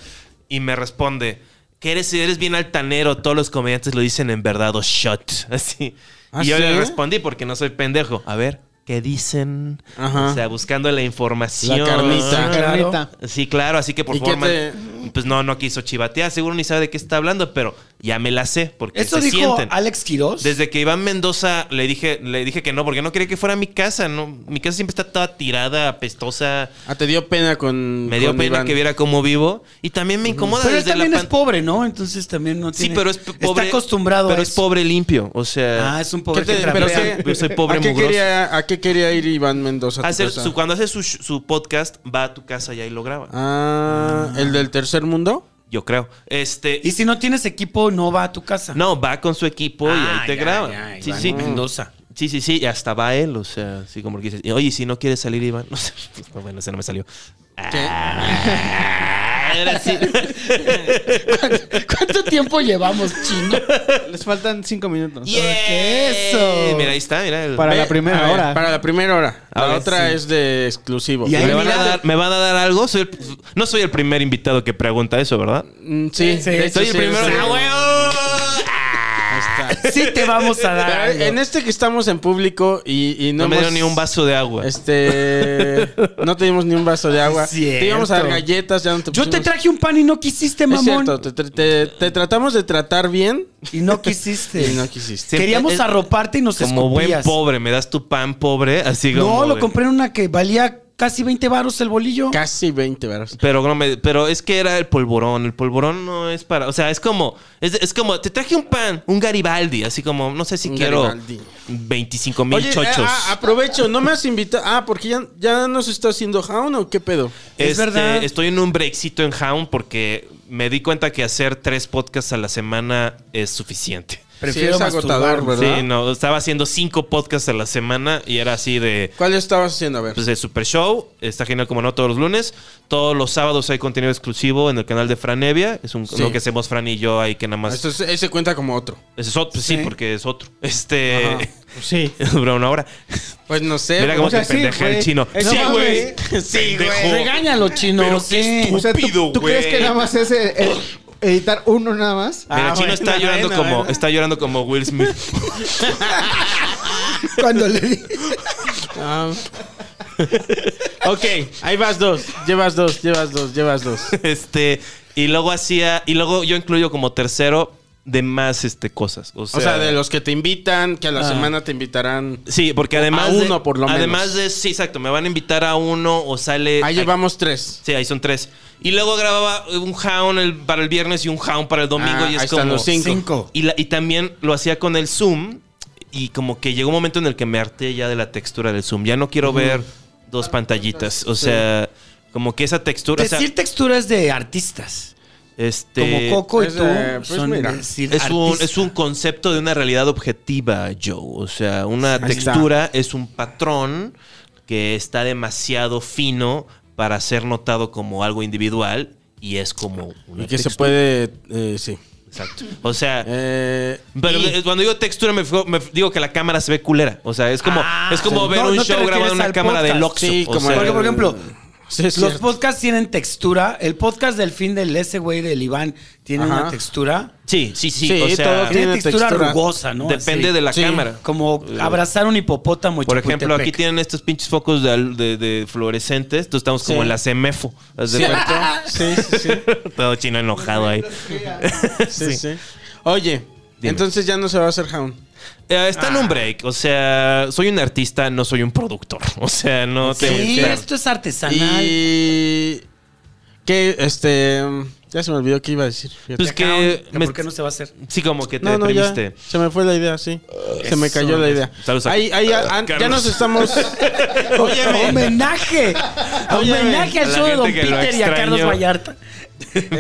Y me responde, que eres, eres bien altanero, todos los comediantes lo dicen en verdad o shot, así.
¿Ah,
y yo
sí?
le respondí porque no soy pendejo. A ver, ¿qué dicen?
Ajá.
O sea, buscando la información.
La carnita.
Carneta.
Sí, claro, así que por
¿Y qué
favor, man-
te-
pues no, no quiso chivatear, seguro ni sabe de qué está hablando, pero ya me la sé, porque
Esto
se
dijo
sienten.
Alex Quiroz.
Desde que Iván Mendoza le dije, le dije que no, porque no quería que fuera a mi casa. No, mi casa siempre está toda tirada, apestosa.
Ah, te dio pena con.
Me dio
con
pena
Iván.
que viera cómo vivo. Y también me incomoda
Pero él
desde la
también es
pan-
pobre, ¿no? Entonces también no
Sí,
tiene...
pero es p- pobre.
Está acostumbrado
Pero
a
es
eso.
pobre limpio. O sea,
Ah, es un
¿Qué
pobre
te-
que
pero
trapea.
qué-
Yo soy pobre
¿a qué,
mugroso.
quería, ¿A qué quería ir Iván Mendoza? a tu
hacer
casa?
su- cuando hace su, sh- su podcast, va a tu casa y ahí lo graba.
Ah, ¿el del tercer mundo?
Yo creo. Este.
Y si no tienes equipo, no va a tu casa.
no, va con su equipo y ahí te graba. sí,
Ah, Iván
sí.
Mm.
Mendoza.
Sí, sí, sí, y hasta va él, o sea, así como que dices, oye, si no quieres salir, Iván, no sé, pues, bueno, ese no me salió. Ah, Ahora sí.
¿Cuánto tiempo llevamos, chino?
Les faltan cinco minutos.
eso? Mira, ahí está, mira. el-
Para
Ve-
la primera
a ver,
hora.
Para la primera hora. La
Ahora
otra
sí.
es de exclusivo.
Y ahí
¿Me, van a
mira-
dar, ¿Me van a dar algo? Soy el- no soy el primer invitado que pregunta eso, ¿verdad?
Mm, Sí,
Sí,
de hecho,
Soy el
sí,
primero.
sí.
¡Ah, huevo!
Sí te vamos a dar.
Pero
algo.
en este que estamos en público y, y no,
No me
hemos-
dieron ni un vaso de agua.
Este. no te dimos ni un vaso de agua.
Es cierto.
Te íbamos a dar galletas, ya no te
Yo te
pusimos-
traje un pan y no quisiste,
pues, Es
mamón.
cierto, te, te- te- te tratamos de tratar bien
Y no quisiste.
y no quisiste.
Siempre
Queríamos
es-
arroparte y nos
Como buen
escupías.
pobre, me das tu pan pobre, así como.
No, lo
de-
compré en una que valía casi 20 varos el bolillo.
Casi 20 varos.
Pero no me- pero es que era el polvorón. El polvorón no es para. O sea, es como. Es, es como. Te traje un pan, un Garibaldi. Así como, no sé si
Un
quiero.
Garibaldi.
25 mil
Oye,
chochos.
eh, ah, aprovecho, no me has invitado. Ah, porque ya, ya nos está haciendo jaun o qué pedo.
Este,
es verdad.
Estoy en un breakcito en Hound porque me di cuenta que hacer tres podcasts a la semana es suficiente.
Prefiero
sí, es agotador,
masturbarme.
¿verdad?
Sí, no, estaba haciendo cinco podcasts a la semana y era así de.
¿Cuál estabas haciendo? A ver.
Pues el Super Show está genial como no todos los lunes. Todos los sábados hay contenido exclusivo en el canal de Fran Evia. Es un,
Sí.
lo que hacemos Fran y yo ahí que nada más.
Esto es- ese cuenta como otro.
Ese es otro, pues sí,
Sí.
porque es otro. Este.
Sí.
Dura una hora.
Pues no sé.
Mira
como-
cómo
o sea,
te
sí,
pendeja el
güey.
chino.
Eh, no
sí, güey.
mames.
Sí, güey.
Regáñalo, chino.
Pero
¿qué?
qué
O sea, ¿tú,
estúpido,
tú crees que
güey.
nada más es eh, eh, editar uno nada más?
Mira,
Ah,
el chino
bueno,
está llorando
bueno,
como
bueno.
está llorando como Will Smith.
Cuando le di-
Ah,
Ok, ahí vas dos. Llevas dos, llevas dos, llevas dos.
este, y luego hacía y luego yo incluyo como tercero de más este cosas, o sea,
o sea, de los que te invitan, que a la semana te invitarán.
Sí, porque además
a
de-
uno, por lo menos.
Además de sí, exacto, me van a invitar a uno o sale
Ahí
ay,
llevamos tres.
Sí, ahí son tres. Y luego grababa un hound el- para el viernes y un hound para el domingo
Ah,
y es
ahí
como
están los cinco.
Cinco.
Y, la- y también lo hacía con el Zoom. Y como que llegó un momento en el que me harté ya de la textura del Zoom. Ya no quiero ver dos pantallitas. O sea, como que esa textura. o sea,
Decir texturas de artistas.
este,
como Coco y
es,
tú
eh, pues
son
mira,
decir
es un,
artista.
es un concepto de una realidad objetiva, Joe. O sea, una textura es un patrón que está demasiado fino para ser notado como algo individual y es como una
Y que se
textura.
puede. eh, sí.
Exacto. O sea,
Eh,
Pero
y-
eh, cuando digo textura, me, fijo- me f- digo que la cámara se ve culera. O sea, es como,
Ah,
es como
sí.
ver
No,
un
no te
show grabado en
refieres
una
al
cámara de
podcast.
Oxxo.
Sí,
o
como
sea,
Porque, por ejemplo,
Sí, es
los
cierto.
podcasts tienen textura. El podcast del fin del ese güey del Iván tiene
Ajá.
una textura.
sí, sí, sí.
Sí,
o sea,
todo tiene-
Tiene textura,
textura.
rugosa, ¿no?
depende
Así.
de la
Sí.
cámara.
Como abrazar un hipopótamo. y
Por ejemplo, aquí
Chapultepec.
tienen estos pinches focos de, al- de- de fluorescentes. Entonces estamos como
Sí.
en la CEMEFO. ¿Haz de cuenta?
sí, sí, sí.
Todo chino enojado ahí.
Sí, sí. Oye,
Dime.
entonces ya no se va a hacer hound.
Eh, está
Ah.
en un break. O sea, soy un artista, no soy un productor. O sea, no tengo que
Sí,
estar-
esto es artesanal. Ah,
Y que este ya se me olvidó qué iba a decir. fíjate.
Pues que. me-
¿Por qué no se va a hacer?
Sí, como que te
no, no, ya.
deprimiste.
Se me fue la idea, sí. Se me cayó la idea.
Saludos a-
Ahí, ahí, a- an- ya
Carlos.
nos estamos. Oye,
¡Homenaje! ¡Homenaje
a
al
la
show
gente
de Don
que lo
Peter y a
extrañó.
Carlos Vallarta!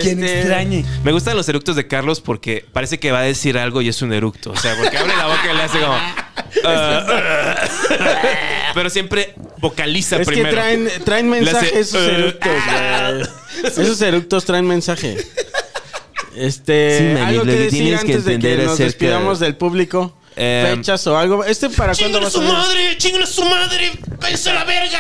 Quien
Este-
extrañe.
Me gustan los eructos de Carlos porque parece que va a decir algo y es un eructo. O sea, porque abre la boca y le hace como. "Ah, ah". pero siempre vocaliza
es que
primero.
traen, traen mensaje
hace,
esos
eh,
eructos, güey. Esos eructos traen mensaje. Este,
Sí, Maggie,
algo
lo
que
que
decir
tienes que
antes de que
entender
nos
acerca-
despidamos del público.
Eh,
fechas o algo. Este para cuándo va a
su
salir?
madre! ¡Chinga su madre! ¡Pensa la verga!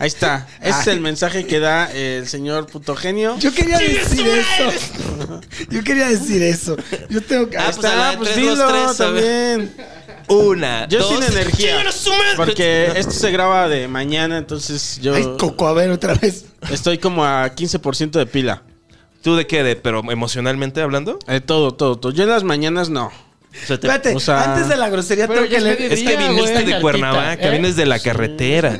Ahí está. Ese es el mensaje que da el señor puto genio.
Yo quería decir eso. Yo quería decir eso. Yo tengo que...
Ah,
Ahí
pues, a la
está,
de
pues
tres, dos,
dilo
tres, a ver.
también.
Una.
Yo
dos,
sin energía.
¡Chinga su madre!
Porque esto se graba de mañana, entonces yo
Ay, Coco, a ver otra vez.
estoy como a 15% de pila.
¿Tú de qué? De, ¿Pero emocionalmente hablando?
Eh, todo, todo, todo. Yo en las mañanas no.
O sea, te-
Espérate,
o sea-
antes de la grosería
Pero
tengo
ya
que
es
leer...
es que
día,
viniste
güey,
de
cartita,
Cuernavaca,
¿eh?
vienes de la carretera.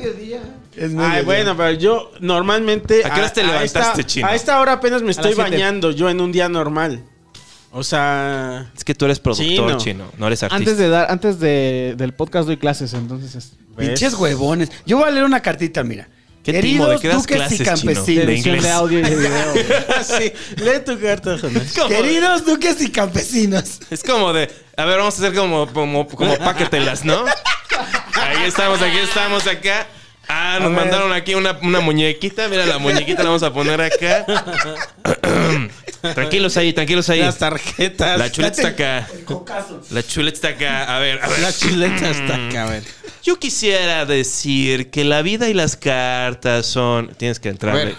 Es muy
Ay,
bien.
bueno, pero yo normalmente.
¿A qué horas te levantaste,
esta,
chino?
A esta hora apenas me estoy
las siete.
bañando yo en un día normal. O sea.
Es que tú eres productor
Chino.
chino, no eres artista.
Antes de dar, antes de, del podcast doy clases, entonces es-
Pinches huevones. Yo voy a leer una cartita, mira.
¿Qué timo? ¿De qué das
duques
clases,
y
chino?
campesinos.
De
edición
inglés.
de audio y de video.
sí, lee tu carta, Jonás.
¿Cómo?
Queridos duques y campesinos.
Es como de, a ver, vamos a hacer como, como, como páquetelas, ¿no? Ahí estamos, aquí estamos, acá. Ah, nos mandaron aquí una, una muñequita. Mira, la muñequita la vamos a poner acá. tranquilos ahí, tranquilos ahí.
Las tarjetas.
La chuleta está acá. La chuleta está acá. A ver, a ver.
La chuleta
Mm.
está acá, a ver.
Yo quisiera decir que la vida y las cartas son... Tienes que
A
entrarle.
ver.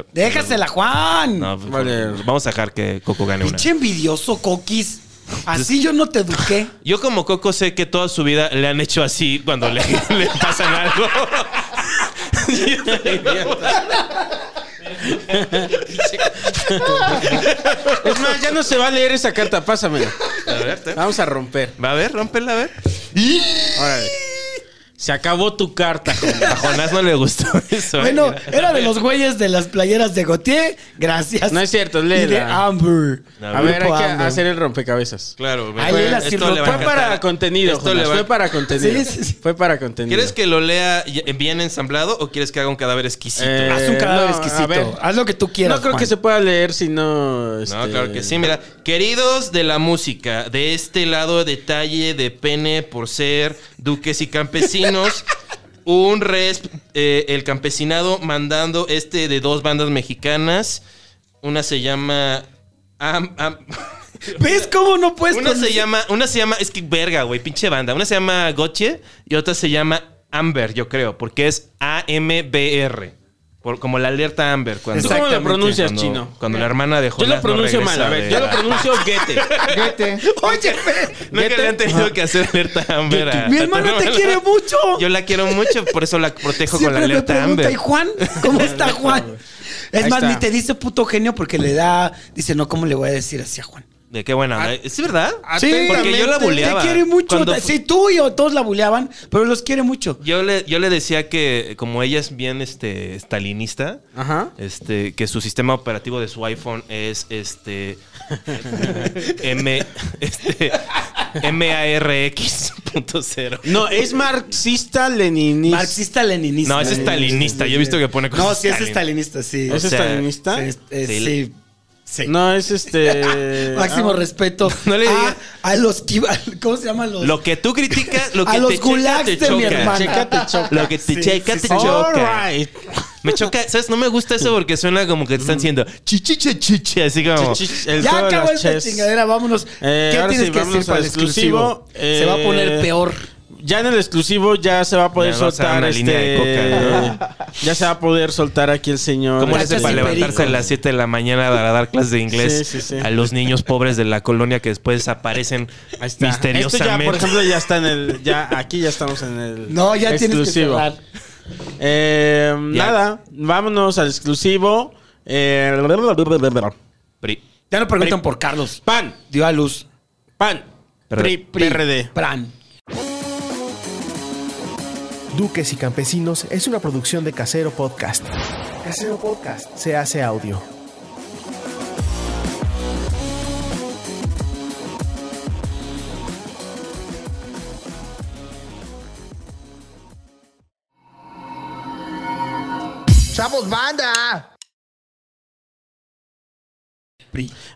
Eh,
Déjasela, Juan.
No, pues,
Vale.
vamos a dejar que Coco gane una.
Pinche envidioso, coquis. Así yo no te eduqué.
Yo como Coco sé que toda su vida le han hecho así cuando le, le pasan algo.
Es más, ya no se va a leer esa carta, pásamela.
a ver, te-
Vamos a romper.
va a ver, rómpela, a ver.
Órale. Se acabó tu carta, joven.
A Jonás no le gustó eso. eh.
Bueno, era de los güeyes de las playeras de Gautier. Gracias.
No es cierto,
Y de
léela.
Amber.
A ver, hay
Grupo
que
Amber.
hacer el rompecabezas.
Claro,
Ahí
fue-
él así
esto
lo-
le va a
Fue para
encantar.
contenido,
Esto le
Jonas,
va-
fue para contenido.
Sí, sí, sí.
Fue para contenido.
¿Quieres que lo lea ya- bien ensamblado o quieres que haga un cadáver exquisito?
Eh,
Haz un cadáver
no, a ver.
exquisito. Haz lo que tú quieras.
No creo que se pueda leer si no...
No,
este,
claro que sí. Mira, queridos de la música, de este lado detalle de pene por ser duques y campesinos, un res, eh, el campesinado mandando este de dos bandas mexicanas. Una se llama... Am- Am-
¿Ves cómo no puedes
una se
pronunciar?
llama, una se llama, es que verga, güey, pinche banda. Una se llama Gotye y otra se llama Amber, yo creo, porque es A-M-B-R. por- como la alerta Amber. Cuando,
¿Tú cómo lo
Exactamente.
pronuncias,
cuando-
chino?
Cuando la hermana de
Yo
Jonás
lo
no
pronuncio mal,
regresa
a ver.
de
Yo lo
la-
pronuncio Goethe.
Vete.
Oye, Fer,
No que le han tenido que hacer alerta Amber a-
mi
a
hermana te
Romana.
quiere mucho.
Yo la quiero mucho, por eso la protejo con la
Siempre me
alerta
pregunta,
Amber.
¿y Juan? ¿Cómo está Juan? Es
Ahí
más,
está.
ni te dice puto genio porque le da. Dice, no, ¿cómo le voy a decir así a Juan?
De qué buena onda. ¿Es verdad?
Sí,
porque yo la buleaba.
Ah, Te quiere mucho.
Cuando fu-
Sí, tú y yo, todos la buleaban, pero los quiere mucho.
yo, le, yo le decía que, como ella es bien este, stalinista,
Ajá.
este, que su sistema operativo de su iPhone es este. M. Este. MARX.0.
No, es marxista leninista.
Marxista-leninista.
No, es stalinista. Yo he visto que pone cosas.
No, sí es
Stalin.
estalinista, sí.
¿Es
O sea,
estalinista?
Sí, es- es-
sí.
sí. sí.
No, es este...
Máximo respeto.
No le
a-
diga-
A, los. qui- a- ¿Cómo se llaman los?
Lo que tú criticas, lo que
a
te
los
checa,
gulags
te
de mi
choca.
hermana.
Lo que te
Sí,
checa,
sí,
te
sí.
All
choca.
right.
Me choca, ¿sabes? No me gusta eso porque suena como que te están diciendo chichiche, chiche, así como.
Chichis, el
ya
juego de
acabó
las
esta
chess.
chingadera, vámonos.
Eh,
¿Qué
ahora
tienes
sí,
que decir
vámonos
para
al
el exclusivo?
exclusivo.
Se va a poner
Eh,
peor.
Ya en el exclusivo ya se va a poder
Ya vamos a dar
soltar
una
este...
línea de
Ya se va a poder soltar aquí el señor.
¿Cómo le
Cachas
hace
y
para
perico.
levantarse a las 7 de la mañana para dar clases de inglés
Sí, sí, sí.
a los niños pobres de la colonia que después aparecen
Ahí está. Esto Este ya,
misteriosamente?
por ejemplo, ya está en el... Ya, aquí ya estamos en el
No, ya tienes que
exclusivo.
cerrar.
Eh,
Ya.
nada, vámonos al exclusivo. Eh,
Pri-
Ya no preguntan por Carlos.
pan,
Dio a luz.
pan,
Pri-
pri, PRD.
Pran.
Duques y Campesinos es una producción de Casero Podcast. Casero Podcast se hace audio.
¡Chavos, banda!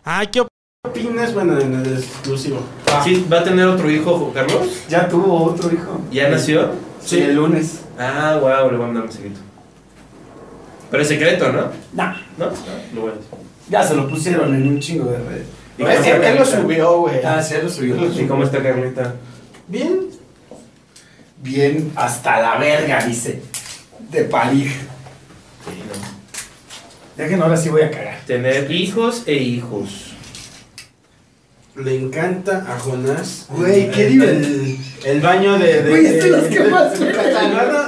Ah, ¿qué opinas? Bueno, en el exclusivo.
¿Sí va a tener otro hijo, Carlos?
Ya tuvo otro hijo.
¿Ya nació?
Sí, el lunes.
Ah, wow, le voy a mandar un mensajito. Pero es secreto, ¿no?
Nah,
No, lo voy a decir.
ya se lo pusieron en un chingo de redes. Es que
cómo-
él lo subió, güey. Ah, sí, él lo subió.
¿Y cómo está Carlita?
Bien. Bien, hasta la verga, dice. De parir. Dejen, ahora sí voy a cagar.
Tener hijos e hijos.
Le encanta a Jonás. Güey, qué divertido. El baño de. Güey, esto es lo que más me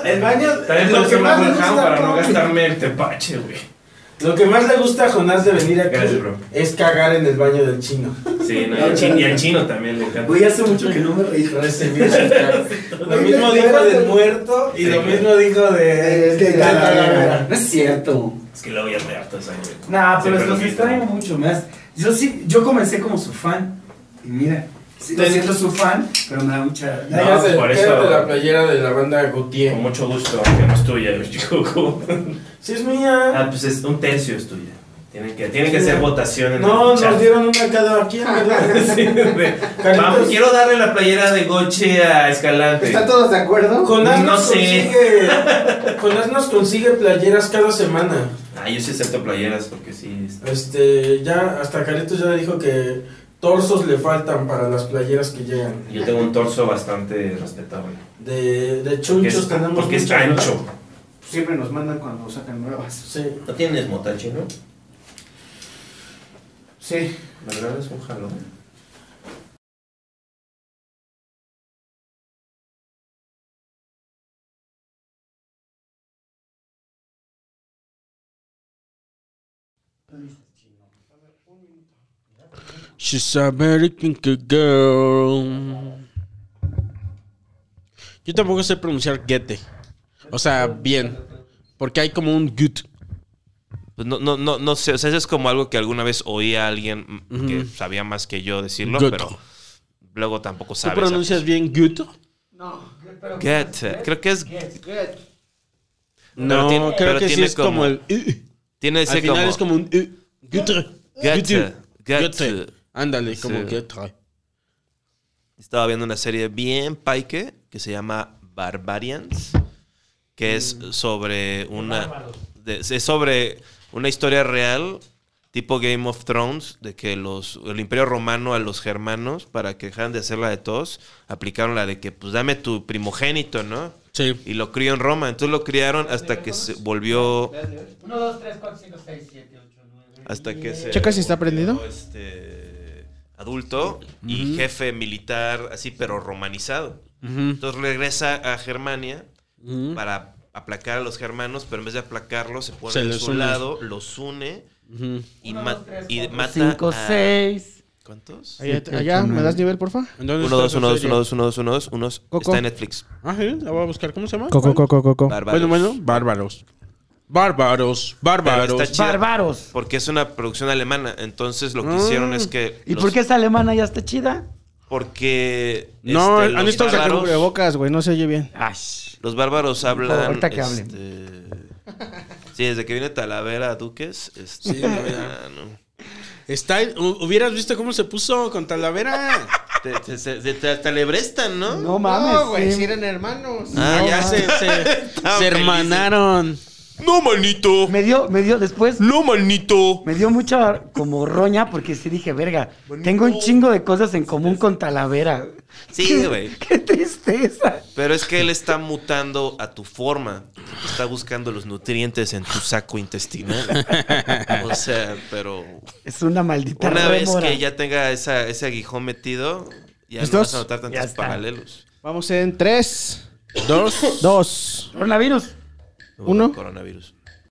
El baño. Lo que más me
para no
gusta.
gastarme el tepache, güey.
Lo que más le gusta a Jonás de venir aquí
Gracias, bro.
es cagar en el baño del chino.
Sí, no, y al chino- y al chino también le encanta.
Güey, hace mucho que no me reí. Lo mismo dijo del muerto y lo mismo dijo de. este, De Talavera. No es cierto.
Es que luego ya me harto esa, güey.
Nah, pero
Siempre
los
lo
distraen
mismo.
mucho más. Yo sí, yo comencé como su fan. Y mira, sigo siendo su fan, pero me da mucha.
No, por eso.
playera de la banda
Con
Gautier.
mucho gusto, que no es tuya, güey, Chucucu.
Sí, es mía.
Ah, pues es un tercio es tuya. Tienen que, tienen que hacer votación en
No,
el chat.
nos dieron una cada aquí, ¿verdad?
Sí, güey.
Carlitos.
Vamos, quiero darle la playera de Goche a Escalante.
todos de acuerdo?
Jonás
No
nos
sé.
consigue. Jonás nos consigue playeras cada semana.
Ah, yo sí acepto playeras porque sí. es-
Este, ya, hasta Caretos ya dijo que torsos le faltan para las playeras que llegan.
Yo tengo un torso bastante respetable.
De, de
Porque
chunchos
es,
tenemos.
porque es
muchos.
ancho.
Siempre nos mandan cuando sacan nuevas.
Sí.
¿No tienes motache, no?
Sí.
La verdad es un jalón.
She's American girl. Yo tampoco sé pronunciar guete. O sea, bien. Porque hay como un gut.
Pues no, no, no, no sé. O sea, eso es como algo que alguna vez oí a alguien mm, que sabía más que yo decirlo,
Gut.
pero luego tampoco
¿Tú
sabes.
pronuncias bien gut?
Get. Creo que es.
No,
tiene-
creo
pero
que sí
tiene
es como,
como-
el... "uh".
Tiene ese
Al final
como.
es como un... "uh". Gutre.
Gutre.
Gutre.
Gutre.
Gutre. Ándale, como
Sí.
gutre.
Estaba viendo una serie bien paike que se llama Barbarians, que es sobre una. de- es sobre una historia real, tipo Game of Thrones, de que los, el Imperio Romano a los germanos, para que dejaran de hacer la de todos, aplicaron la de que, pues dame tu primogénito, ¿no?
Sí.
Y lo crió en Roma. Entonces lo criaron hasta que se volvió.
1, 2, 3, 4, 5, 6, 7, 8, 9.
Hasta que se.
Checa si está prendido.
volvió, Este, adulto y jefe militar, así, pero romanizado. Entonces regresa a Germania para aplacar a los germanos, pero en vez de aplacarlos, se pone
Se
de
les
su
une.
lado, los une y, ma- y mata
5,
a.
6.
¿Cuántos?
Allá, allá, ¿me das nivel, porfa?
Entonces,
1, 2, 1, 2, 1, 2, 1, 2, 1, 2, 1.
Coco.
Está en Netflix.
Ah, sí, la voy a buscar. ¿Cómo se llama?
Coco, coco, coco.
Bueno,
Bárbaros.
bueno, bárbaros. Bárbaros,
Pero
bárbaros.
está chida
Bárbaros.
Porque es una producción alemana. Entonces lo que hicieron es que.
¿Y
los-
por qué esa alemana ya está chida?
Porque. este,
No, han
los
estado sacando
bárbaros-
Cubrebocas, güey, no se oye bien.
Ash.
Los bárbaros hablan.
Ahorita que hablen.
este, Sí, desde que viene Talavera a Duques. Este, ah, no.
Está, hu- hubieras visto cómo se puso con Talavera.
Te, te, se- se- te- talebrestan, ¿no?
No mames. sí.
eran hermanos.
Ah,
ya se, se, se hermanaron.
No, manito.
Me dio, me dio, después
No, manito.
me dio mucha como roña porque sí dije, verga, tengo un chingo de cosas en común con Talavera.
Sí,
Qué-
güey.
Qué tristeza.
Pero es que él está mutando a tu forma. Está buscando los nutrientes en tu saco intestinal. O sea, pero.
Es una maldita
Una vez
rémora.
que ya tenga esa, ese aguijón metido, ya no
¿Listos?
vas a notar
Ya
tantos
está.
paralelos.
Vamos en 3,
Dos.
2,
Coronavirus.
Uno.
Coronavirus.